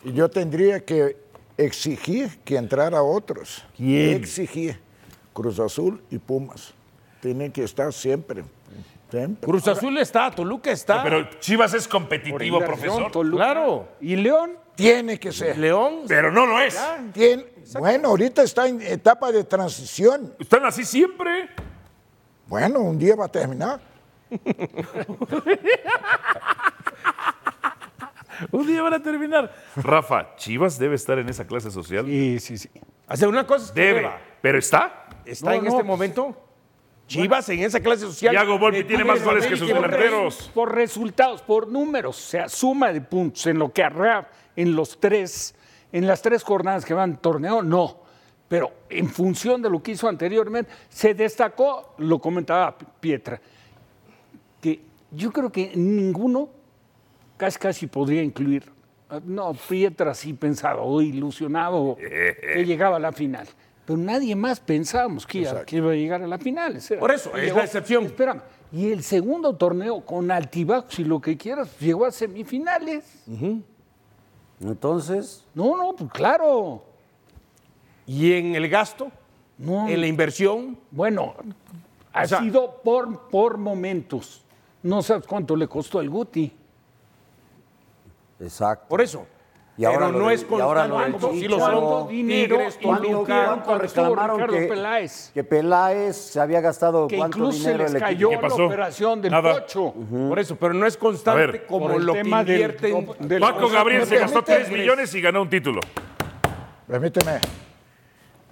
S4: yo tendría que exigir que entrara otros.
S3: ¿Quién?
S4: Exigir. Cruz Azul y Pumas. Tienen que estar siempre. siempre.
S8: Cruz Azul está, Toluca está.
S3: Pero Chivas es competitivo,
S4: Oiga,
S3: profesor.
S4: León, Toluca.
S8: Claro.
S2: ¿Y León?
S4: Tiene que ser.
S8: León.
S3: Eh, Pero no lo es.
S4: Tien- bueno, ahorita está en etapa de transición.
S3: Están así siempre.
S4: Bueno, un día va a terminar.
S3: Un día van a terminar. Rafa, Chivas debe estar en esa clase social.
S2: Sí, sí, sí.
S8: Hace una cosa es que
S3: Debe.
S8: deba.
S3: Pero está.
S8: Está
S2: No,
S8: en
S2: no,
S8: este
S2: pues-
S8: momento. Chivas en esa clase social.
S3: Thiago Volpi
S8: Eh,
S3: tiene
S8: Tigres
S3: más goles
S8: de
S3: que sus
S8: América, hombre.
S3: delanteros.
S2: Por resultados, por números, o sea, suma de puntos en lo que arrea en los tres, en las tres jornadas que van torneo, no. Pero en función de lo que hizo anteriormente, se destacó, lo comentaba Pietra, que yo creo que ninguno casi casi podría incluir. ah, No, Pietra sí pensaba, o ilusionado que llegaba a la final. Pero nadie más pensábamos que, iba- que iba a llegar a la final. ese era.
S8: Por eso,
S2: Y
S8: es
S2: llegó-
S8: la excepción.
S2: Espérame, y el segundo torneo con altibajos y lo que quieras, llegó a semifinales.
S5: Entonces,
S2: No, no, pues claro.
S8: Y en el gasto,
S2: No.
S8: en la inversión.
S2: Bueno, ha
S8: sea-
S2: sido por, por momentos. No sabes cuánto le costó al Guti.
S5: exacto.
S8: Por eso.
S5: Y ahora
S8: Pero
S5: lo
S8: no
S5: de-
S8: es
S5: y ahora lo
S8: constante
S5: de
S8: como si lo
S5: Chicharo.
S2: ¿Cuánto
S8: son
S2: dinero
S8: Tigres,
S2: y
S5: ¿Cuánto,
S2: Luca,
S8: Toluca.
S5: cuánto
S2: cuando estuvo
S5: reclamaron
S2: Ricardo
S5: que
S2: Peláez?
S5: que Peláez se había gastado
S2: Que
S5: cuánto
S2: incluso se
S5: dinero
S2: les
S5: el equipo?
S2: cayó
S3: ¿Qué
S2: la
S3: pasó?
S2: operación del
S3: Nada.
S2: pocho.
S8: Por eso, pero no es
S3: A ver.
S8: constante como
S2: Por el
S8: lo que
S2: tema del-
S8: invierten.
S2: del-
S3: Paco
S2: O sea,
S3: Gabriel
S4: ¿me
S3: se gastó
S4: permite?
S3: 3 millones y ganó un título.
S4: Permíteme.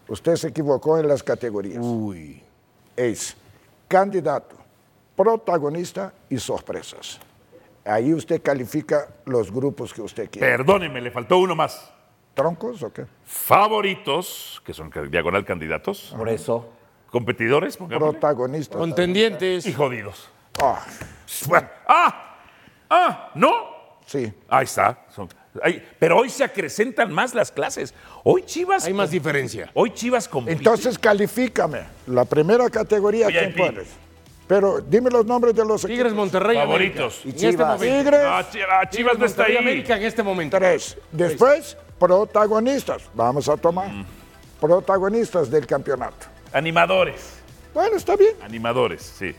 S4: Usted se equivocó en las categorías. Uy. Es candidato, protagonista y sorpresas. Ahí usted califica los grupos que usted quiere.
S3: Perdóneme, le faltó uno más.
S4: ¿Troncos o qué?
S3: Favoritos, que son ca- diagonal candidatos.
S5: Por eso.
S3: Competidores, pongámosle,
S4: Protagonistas.
S8: Contendientes.
S3: Y jodidos.
S4: Ah,
S3: Bueno, ¡Ah! ¡Ah! ¿No?
S4: sí.
S3: Ahí está. Son- ay, pero hoy se acrecentan más las clases. Hoy Chivas.
S8: Hay más diferencia.
S3: Hoy Chivas compite.
S4: Entonces califícame. La primera categoría,
S3: VIP.
S4: ¿quién pones? Pero dime los nombres de los
S8: Tigres,
S4: equipos.
S8: Monterrey.
S3: Favoritos.
S8: América.
S5: Y Chivas.
S8: En este momento.
S4: Tigres,
S3: Ah, Chi- ah, Chivas, no está
S8: Monterrey,
S3: ahí.
S8: América en este momento.
S4: tres. Después, protagonistas. Vamos a tomar.
S3: Mm.
S4: Protagonistas del campeonato.
S3: Animadores.
S4: Bueno, está bien.
S3: Animadores, sí.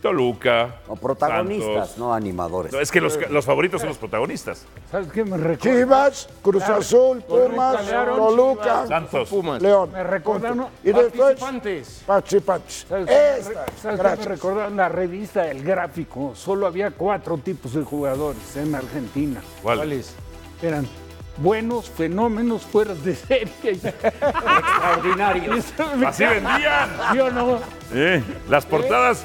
S3: Toluca.
S5: O protagonistas,
S3: Santos.
S5: no animadores.
S3: No, es que los, los favoritos son los protagonistas.
S2: ¿Sabes qué me recuerda?
S4: Chivas, Cruz Azul, Pumas,
S8: León,
S4: Toluca,
S3: Santos.
S8: Pumas.
S4: León.
S2: Me recordaron-
S4: Y después,
S8: Participantes.
S4: participantes.
S2: ¿Sabes qué me re-
S4: Estas,
S2: ¿Sabes qué me
S4: gracias.
S2: recordaba? La revista El Gráfico. Solo había cuatro tipos de jugadores en Argentina.
S3: ¿Cuál?
S8: ¿Cuáles?
S2: Eran buenos fenómenos fuera de serie.
S5: Extraordinarios.
S3: Así vendían.
S2: ¿Sí o no?
S3: Eh, Las portadas,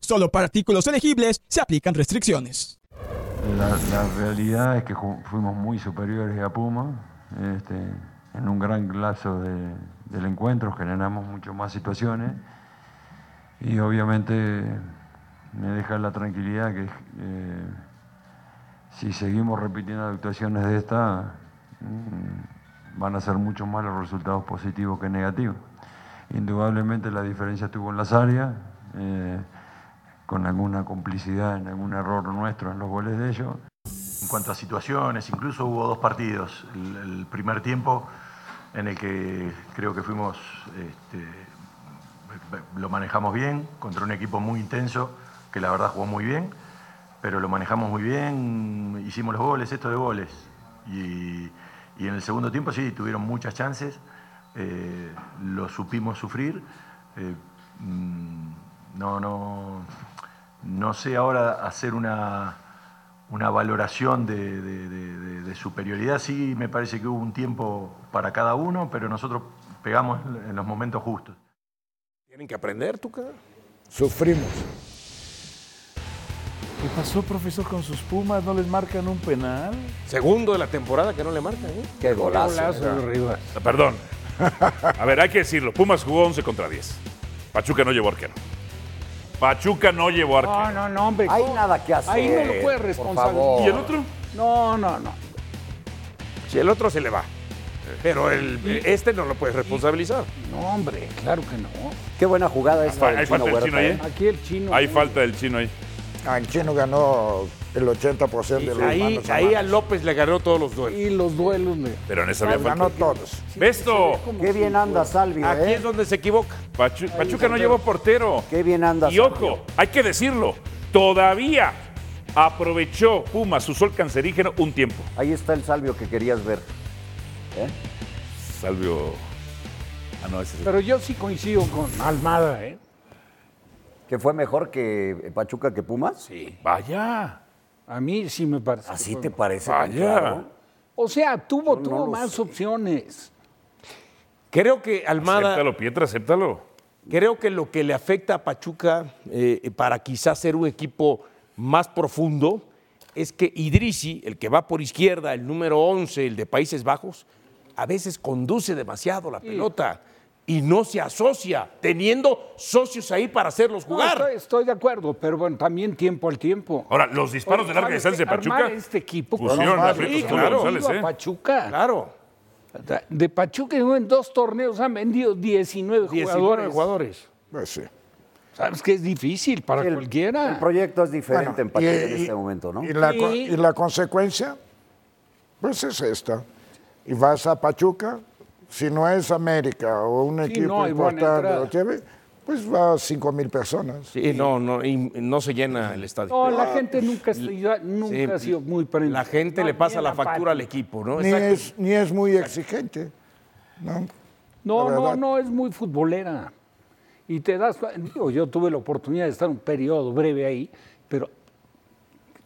S12: Solo para artículos elegibles se aplican restricciones.
S13: La, la realidad es que ju- fuimos muy superiores a Puma. este, en un gran lazo de- del encuentro generamos mucho más situaciones. Y obviamente me deja la tranquilidad que eh, si seguimos repitiendo actuaciones de esta, mm, van a ser mucho más los resultados positivos que negativos. Indudablemente la diferencia estuvo en las áreas. eh, con alguna complicidad en algún error nuestro en los goles de ellos.
S11: En cuanto a situaciones, incluso hubo dos partidos. El, el primer tiempo en el que creo que fuimos, este, lo manejamos bien contra un equipo muy intenso que la verdad jugó muy bien, pero lo manejamos muy bien, hicimos los goles, esto de goles. Y, y en el segundo tiempo sí, tuvieron muchas chances, eh, lo supimos sufrir. eh, mm,
S13: No, no, no sé ahora hacer una, una valoración de, de- de- de- de superioridad. Sí, me parece que hubo un tiempo para cada uno, pero nosotros pegamos en los momentos justos.
S8: Tienen que aprender, Tuca.
S4: Sufrimos.
S14: ¿Qué pasó, profesor, con sus Pumas? ¿No les marcan un penal?
S8: Segundo de la temporada que no le marcan. ¿eh?
S5: Qué
S3: Ah, Perdón. A ver, hay que decirlo. Pumas jugó 11 contra 10. Pachuca no llevó arquero. Pachuca no llevó arquero.
S2: No, no, no, hombre.
S5: Hay
S2: ¿cómo?
S5: nada que hacer,
S2: Ahí no lo puedes
S5: por
S2: responsabilizar.
S5: favor. ¿Y el
S3: otro?
S2: No, no, no.
S8: Si el otro se le va. Pero el, este no lo puedes responsabilizar.
S2: No, hombre, claro que no.
S5: Qué buena jugada
S3: esta Ahí del falta Chino el Huerta, Chino ahí, ¿eh? ¿eh?
S2: Aquí el chino.
S3: Hay falta del chino ahí.
S4: Ah, el chino ganó el 80% de los
S8: Ahí,
S4: manos a
S8: ahí
S4: manos.
S8: a López le ganó todos los duelos.
S2: Y los duelos Ah, le.
S3: Pero en esa
S4: Los
S3: había
S4: ganó
S3: falta.
S4: todos.
S3: ¡Besto!
S5: Qué bien anda Salvio,
S8: Aquí
S5: ¿eh?
S8: es donde se equivoca.
S3: Pachu- Pachuca no llevó portero.
S5: Qué bien anda
S3: Y ojo, hay que decirlo. Todavía aprovechó Pumas su sol cancerígeno un tiempo.
S5: Ahí está el Salvio que querías ver. ¿eh?
S3: Salvio. Ah, no, ese es
S2: Pero yo sí coincido con Almada, ¿eh?
S5: ¿Que fue mejor que eh, Pachuca que Pumas?
S3: Sí. Vaya.
S2: A mí sí me parece. que
S5: ¿Así
S2: fue
S5: ¿Ah, te
S2: mejor.
S5: parece? tan
S8: Vaya.
S5: claro?
S2: O sea, tuvo,
S5: no
S2: tuvo
S5: lo
S2: más opciones.
S8: Creo que Almada.
S3: Acéptalo, Pietra, acéptalo.
S8: Creo que lo que le afecta a Pachuca eh, para quizás ser un equipo más profundo es que Idrisi, el que va por izquierda, el número 11, el de Países Bajos, a veces conduce demasiado la pelota y no se asocia, teniendo socios ahí para hacerlos
S2: No,
S8: jugar.
S2: estoy, estoy de acuerdo, pero bueno, también tiempo al tiempo.
S3: Ahora, los disparos de larga
S2: ¿sabes
S3: distancia
S2: qué?
S3: de Pachuca
S2: Armar este equipo
S3: pusieron
S2: Bueno,
S3: a
S2: más
S3: Prieto
S2: bien,
S3: González,
S2: conocido a
S3: ¿eh?
S2: Pachuca.
S8: Claro.
S2: De Pachuca en dos torneos han vendido 19,
S8: 19
S2: jugadores.
S8: jugadores.
S5: Ah,
S4: Pues sí.
S2: Sabes que es difícil para
S5: El-
S2: cualquiera.
S5: El proyecto es diferente
S4: Bueno,
S5: en Pachuca
S4: y-
S5: en
S4: y-
S5: este momento, ¿no?
S4: Y la, co-
S2: Sí.
S4: y la consecuencia, pues es esta. Y vas a Pachuca, si no es América o un equipo
S2: no, y buena
S4: importante,
S2: entrada.
S4: lo que ve, pues va a 5 mil personas.
S8: Sí, no, no, y no se llena el estadio.
S2: No, la gente nunca, ha sido- nunca ha sido muy prendida.
S8: La gente le
S2: Más
S8: pasa
S2: bien
S8: la factura al
S2: apática.
S8: equipo, ¿no?
S4: ni,
S8: Exacto.
S4: es, ni es muy exigente. ¿no?
S2: No,
S4: La
S2: no,
S4: verdad.
S2: no, es muy futbolera. Y te das, cu- digo, yo tuve la oportunidad de estar un periodo breve ahí, pero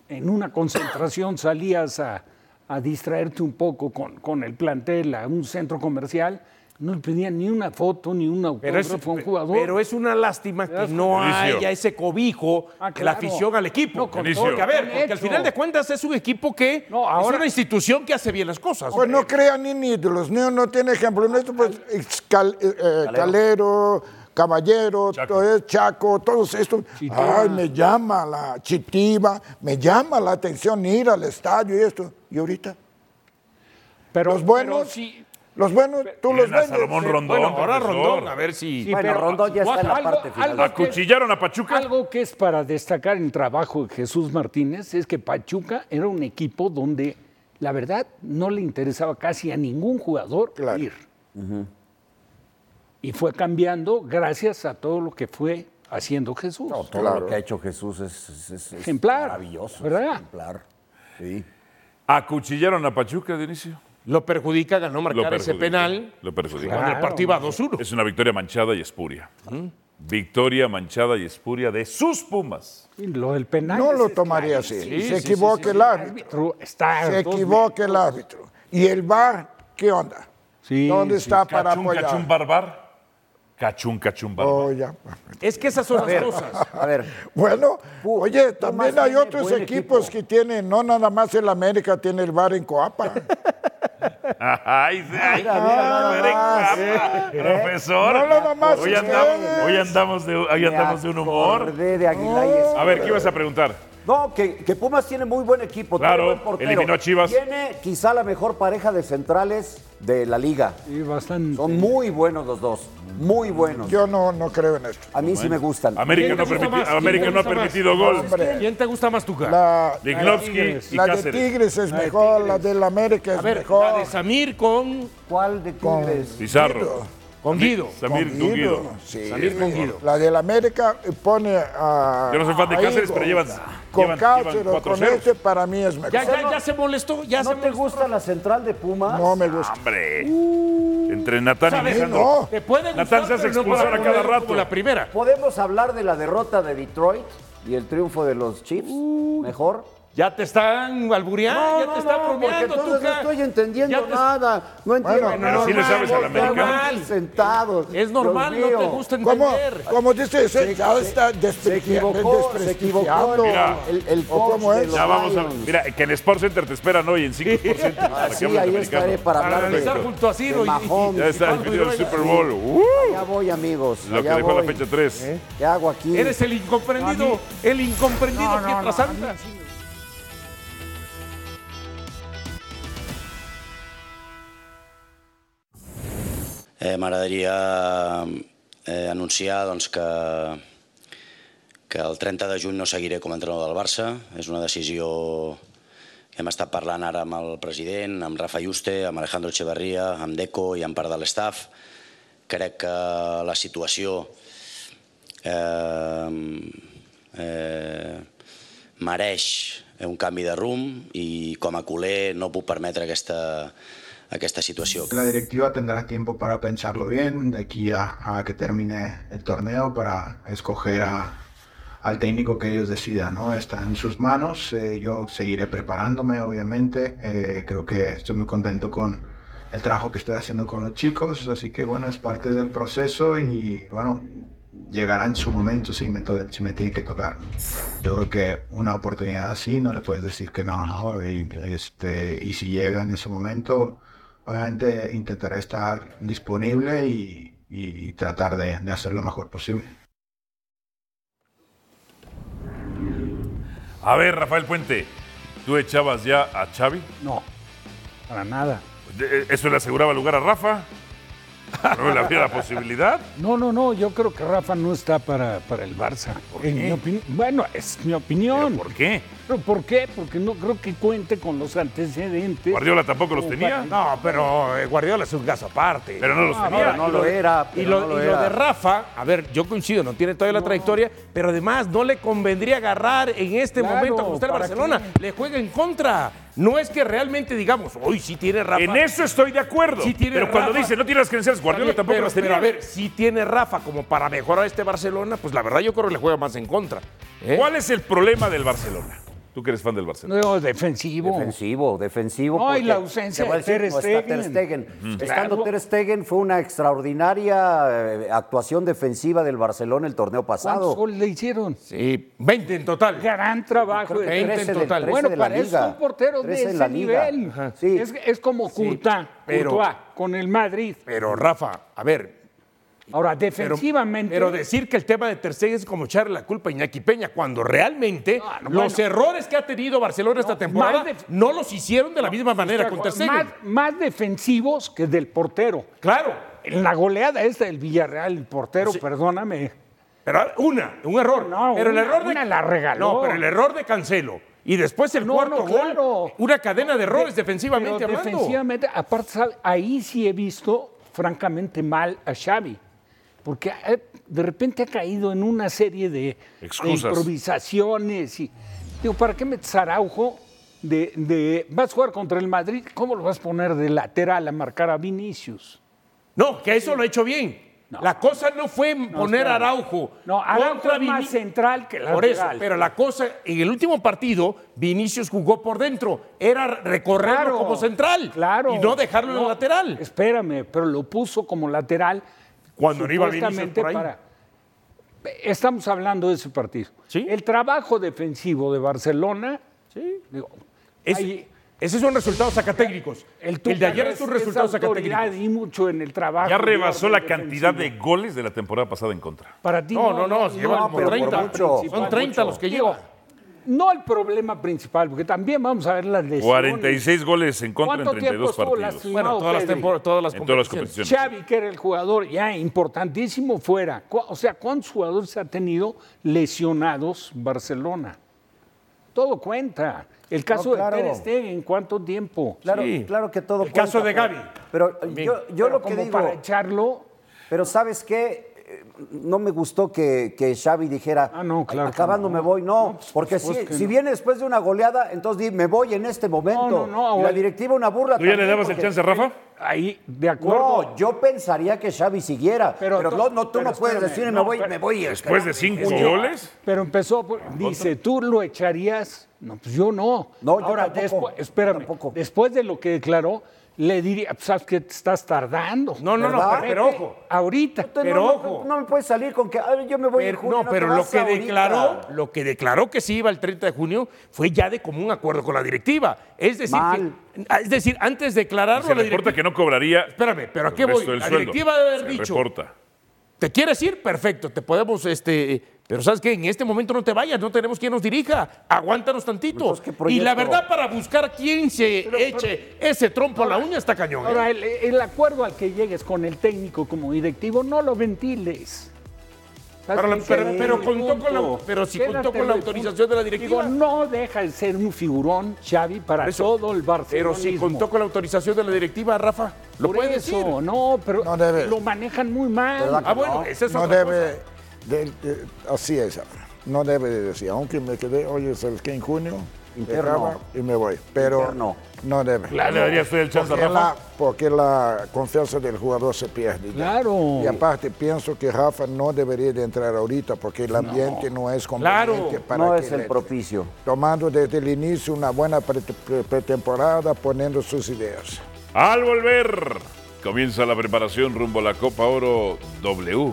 S2: en una concentración salías a, a distraerte un poco con, con el plantel, a un centro comercial, no le pedían ni una foto, ni un
S8: Pero es,
S2: autógrafo a un jugador.
S8: pero es una lástima que
S2: das
S8: no
S3: cuenta?
S8: haya
S3: Delicio.
S8: ese cobijo,
S2: Ah,
S8: la
S2: claro.
S8: afición al equipo.
S2: No, con
S3: Delicio. todo lo
S8: Porque, a
S2: que
S8: ver,
S2: han
S8: porque al
S2: hecho.
S8: final de cuentas es un equipo que
S2: No, ahora-
S8: es una institución que hace bien las cosas.
S4: Pues no crean en ídolos. No, no tiene ejemplo. Nuestro, pues, ex- Cal- eh, eh, Calero, Caballero, todo eso, Chaco, todos estos. Ay, me llama la chitiva, me llama la atención ir al estadio y esto. Y ahorita,
S2: Pero-
S4: los buenos,
S2: pero sí-
S4: los buenos, tú los
S3: Miren a
S4: vendes.
S3: Salomón Rondón.
S8: bueno, ahora
S3: profesor.
S8: Rondón, a ver si.
S2: Sí,
S5: Bueno,
S2: pero-
S5: Rondón ya está en la
S2: Algo-
S5: parte final.
S2: algo que-
S3: Acuchillaron a Pachuca.
S2: Algo que es para destacar en trabajo de Jesús Martínez es que Pachuca era un equipo donde la verdad no le interesaba casi a ningún jugador
S4: Claro.
S2: ir. Y fue cambiando gracias a todo lo que fue haciendo Jesús.
S5: Todo
S4: Claro.
S5: lo que ha hecho Jesús es, es- es- es
S2: Ejemplar,
S5: maravilloso.
S2: ¿verdad?
S5: Ejemplar. Sí.
S3: Acuchillaron a Pachuca, Dionisio.
S8: Lo perjudica ganó
S3: Lo
S8: marcar ese
S3: perjudica.
S8: penal
S3: Lo perjudica.
S8: cuando el partido iba 2-1.
S3: Es una victoria manchada y espuria. Victoria manchada y espuria de sus Pumas.
S2: Y lo del penal.
S4: No
S2: ese
S4: lo
S2: es
S4: tomaría así.
S8: Sí, sí,
S4: se
S8: sí,
S4: equivoca
S8: sí, sí.
S4: el árbitro.
S2: árbitro, está
S4: Se
S2: a dos
S4: equivoca el árbitro. Y el VAR, ¿qué onda?
S2: Sí,
S4: ¿Dónde
S2: sí,
S4: está para
S3: Cachún,
S4: apoyar?
S3: cachún, barbar. Cachún, cachún, barbar.
S4: Oh, ya.
S8: Es que esas son las cosas.
S5: A ver,
S4: Bueno, oye, también
S5: Pumas
S4: hay
S5: tiene
S4: otros
S5: buen
S4: equipos
S5: equipo.
S4: que tienen, no nada más el América tiene el bar en Coapa.
S3: Ay, sí, ay,
S5: Mira, mira, nada
S3: hombre,
S4: más.
S3: capa, profesor.
S4: No, nada más
S3: hoy, andamos,
S4: ustedes.
S3: hoy andamos de, hoy andamos de un humor.
S5: acordé de Aguilayes.
S3: A ver, ¿qué ibas a preguntar?
S5: No, que, que Pumas tiene muy buen equipo. tiene
S3: Claro,
S5: buen portero.
S3: eliminó a Chivas.
S5: Tiene quizá la mejor pareja de centrales de la liga.
S2: Y bastante.
S5: Son muy buenos los dos. Muy buenos.
S4: Yo no, no creo en esto.
S5: a mí sí me gustan.
S3: América
S8: ¿Quién
S3: no,
S8: te gusta
S3: permiti-
S8: más?
S3: América
S8: ¿Quién te
S3: no ha
S8: gusta más?
S3: permitido gol.
S4: Hombre,
S8: ¿Quién te gusta más, Tuca?
S4: la,
S3: Liglovsky y
S4: la de
S3: Cáceres.
S4: Tigres es mejor, la del América
S8: a
S4: es
S8: ver, la
S4: mejor.
S8: de Samir con.
S4: Oh.
S5: ¿Cuál de Tigres?
S3: Pizarro.
S8: Con
S3: Samir-
S8: Guido.
S3: Samir con Guido.
S4: Sí.
S3: Samir con Guido.
S4: La del América pone a.
S3: Yo no soy fan de
S4: a
S3: Cáceres,
S4: Higo.
S3: pero llevan-
S4: Con
S3: llevan-
S4: Cáceres,
S3: llevan cuatro
S4: con
S3: ceros.
S4: este, para mí es mejor.
S8: Ya, ya, ya se molestó. Ya
S5: ¿No
S8: se
S5: te gusta la central de Pumas?
S4: No me gusta. ¡Oh!
S3: Hombre. Entre Natán y
S5: ¿Sabes?
S3: Alejandro.
S5: No.
S8: Te puede
S3: Natán se hace expulsar a cada rato.
S8: primera.
S5: ¿Podemos hablar de la derrota de Detroit y el triunfo de los Chiefs? Mejor.
S8: Ya te están albureando, ya te están
S5: porque
S8: bromeando,
S5: entonces
S8: Tuca.
S5: no estoy entendiendo
S8: Ya te-
S5: nada. No entiendo
S4: Bueno,
S5: nada.
S4: pero sí le sabes al americano.
S5: Estamos Sentados. Dios
S8: Es
S5: mío.
S4: Como, como dice usted, ya está
S5: Se equivocó, se equivocó el,
S3: Mira.
S5: el, el
S4: ¿O
S5: coach
S4: cómo
S5: de
S4: es?
S5: los
S3: Ya vamos a
S5: Lions.
S3: Mira, que en Sports Center te esperan hoy en 5%. para
S5: Así,
S3: que hables de
S5: ahí
S3: americano.
S5: estaré para hablar
S3: Perfecto.
S5: de-
S8: junto a Ciro
S5: de
S8: y- y-
S5: Mahomes.
S3: Ya está, el video del Super Bowl. Uh,
S5: Ya voy, amigos.
S3: lo que
S5: allá
S3: dejó la
S5: voy. ¿Eh?
S3: fecha 3.
S5: ¿Qué hago aquí?
S8: Eres el incomprendido, el incomprendido
S5: No, no,
S8: Pietra
S5: no,
S8: Santa.
S15: Eh, M'agradaria eh, anunciar doncs, que, que el 30 de juny no seguiré com a entrenador del Barça. És una decisió que hem estat parlant ara amb el president, amb Rafa Juste, amb Alejandro Echeverría, amb Deco i amb part de l'estaf. Crec que la situació eh, eh, mereix un canvi de rumb i com a culer no puc permetre aquesta, aquesta situació.
S16: La directiva tendrá tiempo para pensarlo bien de aquí a, a que termine el torneo para escoger a- al técnico que ellos decidan, ¿no? Está en sus manos, eh, yo seguiré preparándome, obviamente, eh, creo que estoy muy contento con el trabajo que estoy haciendo con los chicos, así que bueno, es parte del proceso y bueno, llegará en su momento si me, to- si me tiene que tocar. Yo creo que una oportunidad así no le puedes decir que no, no, y, este, y si llega en ese momento, obviamente intentaré estar disponible y, y tratar de, de hacer lo mejor posible.
S3: A ver, Rafael Puente, ¿tú echabas ya a Xavi?
S2: No, para nada.
S3: De- eh, ¿Eso le aseguraba lugar a Rafa? ¿No le abría la posibilidad?
S2: No, no, no, yo creo que Rafa no está para, para el Barça. En mi opini- bueno, es mi opinión.
S3: ¿Por qué?
S2: ¿Pero por qué? Porque no creo que cuente con los antecedentes.
S3: ¿Guardiola tampoco los
S2: Como
S3: tenía?
S2: para-
S8: No, pero eh, Guardiola es un caso aparte.
S3: Pero no los Ah, tenía. pero no
S8: Y
S3: lo era,
S8: Y
S3: pero
S8: lo,
S3: no lo
S8: y lo
S3: era.
S8: de Rafa, a ver, yo coincido, no tiene todavía la trayectoria, pero además no le convendría agarrar en este
S2: Claro,
S8: momento a Costel
S2: ¿para
S8: Barcelona. Le juega en contra. No es que realmente digamos, hoy sí tiene Rafa.
S3: En eso estoy de acuerdo.
S8: Sí tiene
S3: pero cuando
S8: Rafa.
S3: dice no tiene las credenciales, Guardiola
S8: Está
S3: tampoco
S8: bien, pero,
S3: las tenía.
S8: pero a ver, si tiene Rafa como para mejorar este Barcelona, pues la verdad yo creo que le juega más en contra. ¿eh?
S3: ¿Cuál es el problema del Barcelona? Tú que eres fan del Barcelona.
S2: No, defensivo.
S5: Defensivo, defensivo.
S2: No, y
S5: porque
S2: la ausencia
S5: te voy a
S2: de Ter
S5: no está Ter
S2: Stegen.
S5: Stegen.
S2: Ujú.
S5: Estando
S2: Claro.
S5: Ter Stegen fue una extraordinaria eh, actuación defensiva del Barcelona el torneo
S2: ¿Cuántos
S5: pasado.
S2: goles le hicieron?
S8: Sí, 20 en total.
S2: Gran trabajo.
S5: Creo
S2: de
S5: que
S2: 13
S5: 13 del-
S2: total.
S5: 13
S2: Bueno,
S5: de la
S2: para eso
S5: liga.
S2: son porteros de
S5: 13 de
S2: ese
S5: la liga.
S2: nivel.
S5: Ajá. Sí.
S2: Es, es como Courtois,
S8: pero-
S2: Courtois, con el Madrid.
S8: Pero Rafa, a ver,
S2: Ahora,
S8: Pero-
S2: defensivamente.
S8: Pero, decir que el tema de Ter Stegen es como echarle la culpa a Iñaki Peña, cuando realmente
S2: Ah, no,
S8: los
S2: bueno.
S8: errores que ha tenido Barcelona esta temporada
S2: más def-
S8: no los hicieron de la misma manera con Ter Stegen.
S2: más, más defensivos que del portero.
S8: Claro.
S2: En la goleada esta del Villarreal, el portero, perdóname.
S8: Pero una, un error.
S2: No,
S8: pero
S2: una-
S8: el error de
S2: una la regaló.
S8: No, pero el error de Cancelo y después el
S2: No,
S8: cuarto
S2: no,
S8: gol,
S2: claro.
S8: una cadena de errores
S2: De-
S8: defensivamente
S2: pero
S8: hablando.
S2: Defensivamente, aparte, ¿sabe? ahí sí he visto francamente mal a Xavi. Porque eh, de repente ha caído en una serie de, de
S3: Excusas.
S2: improvisaciones. Y, digo, ¿para qué metes a Araujo? De, de- vas a jugar contra el Madrid, ¿cómo lo vas a poner de lateral a marcar a Vinicius?
S8: No, que eso lo ha hecho bien. La cosa no fue poner a Araujo.
S2: No, Araujo
S8: contra
S2: es más
S8: Vini-
S2: central que
S8: Por eso,
S2: lateral.
S8: pero la cosa, en el último partido, Vinicius jugó por dentro. Era recorrerlo
S2: Claro,
S8: como central.
S2: Claro.
S8: Y no dejarlo en
S2: No,
S8: el lateral.
S2: Espérame, pero lo puso como lateral.
S8: Cuando no iba Vinicius
S2: supuestamente
S8: por ahí.
S2: Estamos hablando de ese partido. El trabajo defensivo de Barcelona. digo,
S8: Es-
S2: ahí-
S8: esos son resultados sacatécnicos. El,
S2: Tuca
S8: de ayer
S2: no
S8: es un
S2: esa
S8: resultado
S2: autoridad
S8: sacatécnico.
S2: Y mucho en el trabajo.
S3: Ya rebasó la
S2: defensivo.
S3: cantidad de goles de la temporada pasada en contra.
S2: Para ti
S8: No, no, no, se llevan
S2: no,
S8: como
S2: pero por
S8: 30.
S2: mucho.
S8: Son 30 los que
S2: Digo,
S8: llevan.
S2: No el problema principal, porque también vamos a ver las lesiones.
S3: 46 goles en contra en
S2: ¿Cuánto tiempo
S3: 32
S2: estuvo
S3: partidos.
S2: lastimado
S8: Bueno, todas las,
S2: Pedri?
S8: tempor- todas las
S3: En todas las
S8: competiciones.
S3: competiciones.
S2: Xavi, que era el jugador ya importantísimo fuera. Cu- O sea, ¿cuántos jugadores ha tenido lesionados Barcelona? Todo cuenta. El caso
S5: No, claro.
S2: de Ter Stegen, ¿cuánto tiempo?
S5: Claro,
S8: Sí.
S5: claro que todo
S8: El caso
S5: cuenta,
S8: de
S5: pero- Pero
S8: Gaby.
S5: yo, yo
S2: Pero
S5: lo que
S2: como
S5: digo.
S2: para echarlo
S5: Pero ¿sabes qué? Eh, No me gustó que, que Xavi dijera,
S2: Ah,
S5: acabando me voy. No, porque si,
S2: pues, supuesto que
S5: si
S2: no.
S5: viene después de una goleada, entonces di, me voy en este momento.
S2: No, no, no,
S5: Y la
S2: ahora-
S5: directiva una burla. también, porque-
S2: Ahí, de acuerdo.
S5: No, yo pensaría que Xavi siguiera. Pero, no, no, tú no puedes decir, me voy, me voy.
S3: Después de cinco
S5: Uy,
S3: goles.
S2: Pero empezó, por-
S8: Ah,
S2: dice, ¿tú lo echarías? No, pues yo no. No, Ahora, después, espérame, después de lo que declaró, le diría, pues, sabes que te estás tardando.
S8: No, no, no,
S2: ¿Verdad?
S8: pero
S2: Vete
S8: ojo.
S2: Ahorita.
S5: no, no, No, no me puedes salir con que "Ay, yo me voy en
S8: Pero-
S5: junio,
S8: no,
S5: te
S8: pero lo
S5: vas
S8: que
S5: ahorita".
S8: declaró, lo que declaró que sí iba el 30 de junio fue ya de común acuerdo con la directiva. Es decir,
S3: Mal.
S8: que- ah, es decir, antes de declararlo
S3: Se
S8: la
S3: le
S8: directiva
S3: reporta que no cobraría.
S8: Espérame, pero ¿a
S3: el
S8: qué voy?
S3: resto del
S8: La
S3: sueldo.
S8: directiva debe haber
S3: Se
S8: dicho.
S3: reporta.
S8: ¿Te quieres ir? Perfecto, te podemos, este. eh, Pero sabes que en este momento no te vayas, no tenemos quien nos dirija. Aguántanos tantito. y
S2: Pues proyecto?
S8: la verdad, para buscar quién se eche ese trompo a la uña está cañón. ¿eh?
S2: Ahora, el, el acuerdo al que llegues con el técnico como directivo, no lo ventiles.
S8: Pero la- pero-
S2: Quédate
S8: pero
S2: en el
S8: contó con la-
S2: punto.
S8: pero si contó
S2: Quédate
S8: con la
S2: en el
S8: autorización
S2: punto.
S8: de la directiva.
S2: Digo, no deja de ser un figurón, Xavi, para
S8: Por eso,
S2: todo el Barcelona.
S8: Pero si contó con la autorización de la directiva, Rafa, lo
S2: Por
S8: puede
S2: eso,
S8: decir.
S2: No, pero
S4: No debe.
S2: lo manejan muy mal.
S4: ¿Verdad que
S8: Ah, bueno, esa es
S4: no
S8: otra
S4: debe, de- de- así es, no debe de decir, aunque me quedé, hoy es el que en junio,
S5: Interno.
S4: dejaba y me voy, pero
S5: Interno.
S4: no debe.
S3: Claro, le daría usted el chance a
S4: porque
S3: Rafa.
S4: la, porque la confianza del jugador se pierde. ya.
S2: Claro.
S4: Y aparte, pienso que Rafa no debería de entrar ahorita porque el ambiente no, es
S5: Claro.
S4: conveniente para
S5: No
S4: que
S5: es
S4: le
S5: el
S4: entre.
S5: propicio.
S4: Tomando desde el inicio una buena pre- pre- pretemporada, poniendo sus ideas.
S3: Al volver, comienza la preparación rumbo a la Copa Oro W.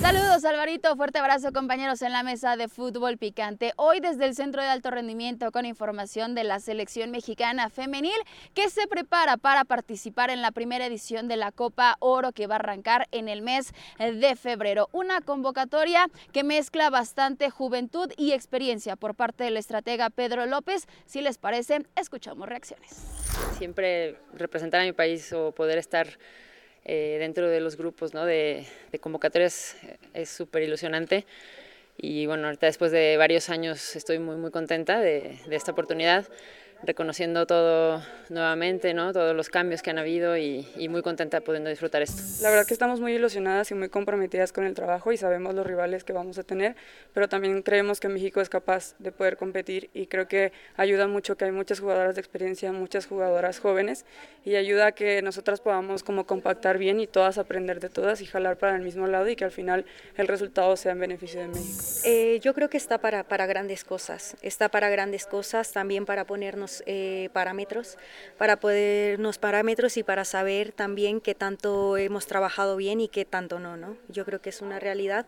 S17: Saludos Alvarito, fuerte abrazo compañeros en la mesa de fútbol picante. Hoy desde el Centro de Alto Rendimiento con información de la selección mexicana femenil que se prepara para participar en la primera edición de la Copa Oro que va a arrancar en el mes de febrero. Una convocatoria que mezcla bastante juventud y experiencia por parte del estratega Pedro López. Si les parece, escuchamos reacciones.
S18: siempre representar a mi país o poder estar eh, dentro de los grupos ¿no? de, de convocatorias eh, es súper ilusionante. Y bueno, ahorita después de varios años estoy muy, muy contenta de, de esta oportunidad, reconociendo todo nuevamente, ¿no? todos los cambios que han habido y, y muy contenta pudiendo disfrutar esto.
S19: La verdad que estamos muy ilusionadas y muy comprometidas con el trabajo y sabemos los rivales que vamos a tener, pero también creemos que México es capaz de poder competir y creo que ayuda mucho que hay muchas jugadoras de experiencia, muchas jugadoras jóvenes y ayuda a que nosotras podamos como compactar bien y todas aprender de todas y jalar para el mismo lado y que al final el resultado sea en beneficio de México.
S20: Eh, yo creo que está para, para grandes cosas, está para grandes cosas, también para ponernos eh, parámetros, para ponernos parámetros y para saber también qué tanto hemos trabajado bien y qué tanto no, ¿no? Yo creo que es una realidad,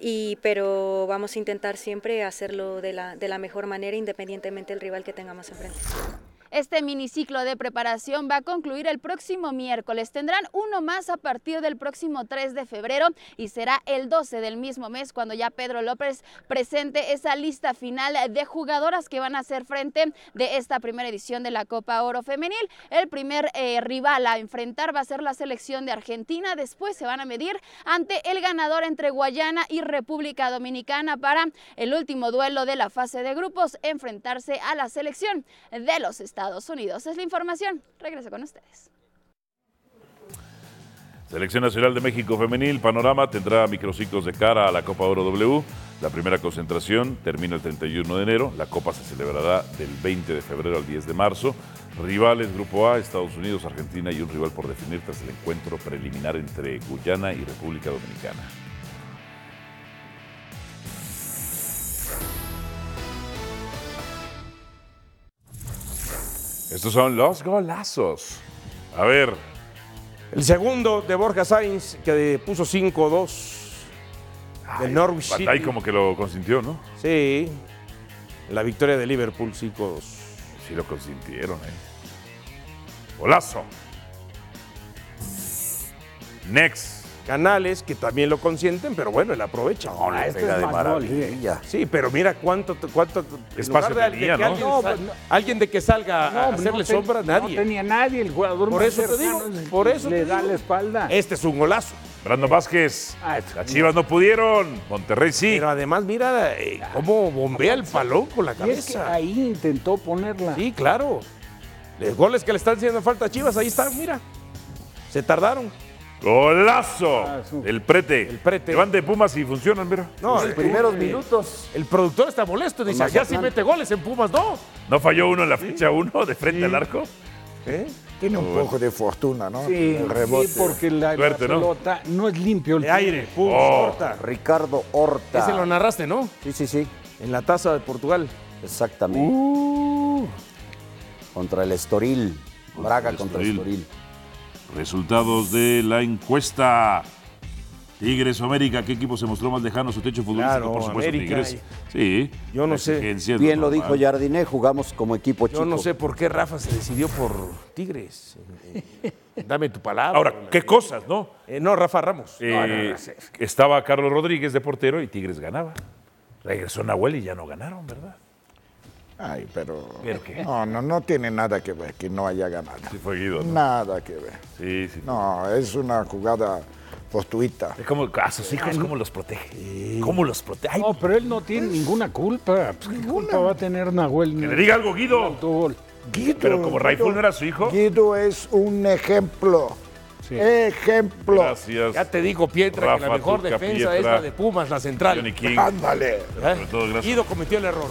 S20: y, pero vamos a intentar siempre hacerlo de la, de la mejor manera independientemente del rival que tengamos enfrente.
S17: Este miniciclo de preparación va a concluir el próximo miércoles. Tendrán uno más a partir del próximo 3 de febrero y será el 12 del mismo mes cuando ya Pedro López presente esa lista final de jugadoras que van a hacer frente de esta primera edición de la Copa Oro Femenil. El primer eh, rival a enfrentar va a ser la selección de Argentina. Después se van a medir ante el ganador entre Guayana y República Dominicana para el último duelo de la fase de grupos, enfrentarse a la selección de los Estados Unidos. Es la información. Regreso con ustedes.
S3: Selección Nacional de México Femenil, Panorama, tendrá microciclos de cara a la Copa Oro W. La primera concentración termina el 31 de enero. La Copa se celebrará del 20 de febrero al 10 de marzo. Rivales Grupo A, Estados Unidos, Argentina y un rival por definir tras el encuentro preliminar entre Guyana y República Dominicana. Estos son los golazos. A ver,
S8: El segundo de Borja Sainz, que puso 5-2 del Norwich City.
S3: Batay como que lo consintió, ¿no?
S8: Sí. La victoria de Liverpool 5-2. Sí
S3: lo consintieron, ¿eh? Golazo. Next.
S8: Canales que también lo consienten, pero bueno, él aprovecha. Ah, No,
S5: le este pega es de más maravilla.
S8: Sí. pero mira cuánto, cuánto en
S5: Espacio
S8: lugar
S5: tenía,
S8: que
S5: ¿no?
S8: alguien,
S5: No,
S8: sal-
S5: pues, no.
S8: alguien de que salga a
S2: Ah, No,
S8: hacerle
S2: no ten-
S8: sombra, nadie.
S2: No tenía nadie, el jugador
S8: Por
S2: más
S8: eso te digo,
S2: cercano es el
S8: por
S2: que
S8: eso
S2: le
S8: te
S2: da
S8: digo.
S2: la espalda.
S8: Este es un golazo.
S3: Brandon Vázquez. Las Chivas no pudieron. Monterrey sí.
S8: Pero además, mira eh, cómo bombea el palón con la
S2: Y es que
S8: cabeza.
S2: ahí intentó ponerla.
S8: Sí, claro. Los goles que le están haciendo falta a Chivas, ahí están, mira. Se tardaron.
S3: Golazo. El prete. El prete. Levante Pumas y funcionan, mira.
S8: No,
S3: Sí.
S8: los primeros minutos. El productor está molesto. Dice,
S3: Con
S8: ya si
S3: Mazatlán".
S8: mete goles en Pumas, no.
S3: ¿No falló uno en la fecha uno de frente al arco?
S8: ¿Eh?
S4: Tiene un
S3: Bueno.
S4: poco de fortuna, ¿no?
S2: Sí,
S4: el rebote.
S2: sí, porque la, la
S4: Suerte, ¿no?
S2: pelota ¿no? es limpio. El
S8: aire, pum,
S3: Oh.
S8: Horta.
S5: Ricardo Horta.
S8: Ese lo narraste, ¿no?
S5: Sí, sí, sí.
S8: En la taza de Portugal. Uh,
S5: Exactamente. Contra el Estoril. Braga contra el Estoril.
S3: Resultados de la encuesta. Tigres o América, ¿qué equipo se mostró más lejano su techo futbolístico?
S5: Claro,
S3: Por supuesto,
S5: América.
S3: Tigres. Sí.
S8: Yo no
S3: la
S8: sé.
S3: exigencia es
S5: Bien lo
S3: normal.
S5: dijo Jardiné, jugamos como equipo chico.
S8: Yo no sé por qué Rafa se decidió por Tigres. Eh, Dame tu palabra.
S3: Ahora, qué cosas, ¿no?
S8: Eh, no, Rafa Ramos.
S3: Eh,
S8: No, no, no, sí.
S3: Estaba Carlos Rodríguez de portero y Tigres ganaba. Regresó Nahuel y ya no ganaron, ¿verdad?
S4: Ay, pero.
S3: ¿Pero qué?
S4: No, no, no tiene nada que ver que no haya ganado.
S3: Sí, fue Guido, ¿no?
S4: Nada que ver.
S3: Sí, sí.
S4: No, es una jugada fortuita.
S3: Es como a sus hijos, ¿cómo los protege? ¿Cómo los protege? Ay,
S2: No, pero él no tiene ninguna culpa. Pues, ¿Qué culpa va a tener Nahuel?
S3: Que le diga algo, Guido.
S4: Guido,
S3: Pero como Raiful no era su hijo.
S4: Guido es un ejemplo. Ejemplo.
S3: Gracias.
S8: Ya te digo, Pietra, que la
S3: Rafa,
S8: mejor
S3: Tuca,
S8: defensa es
S3: Pietra,
S8: la de Pumas, la central.
S3: Johnny King.
S4: Ándale.
S3: Pero sobre todo, gracias.
S8: Guido cometió el error.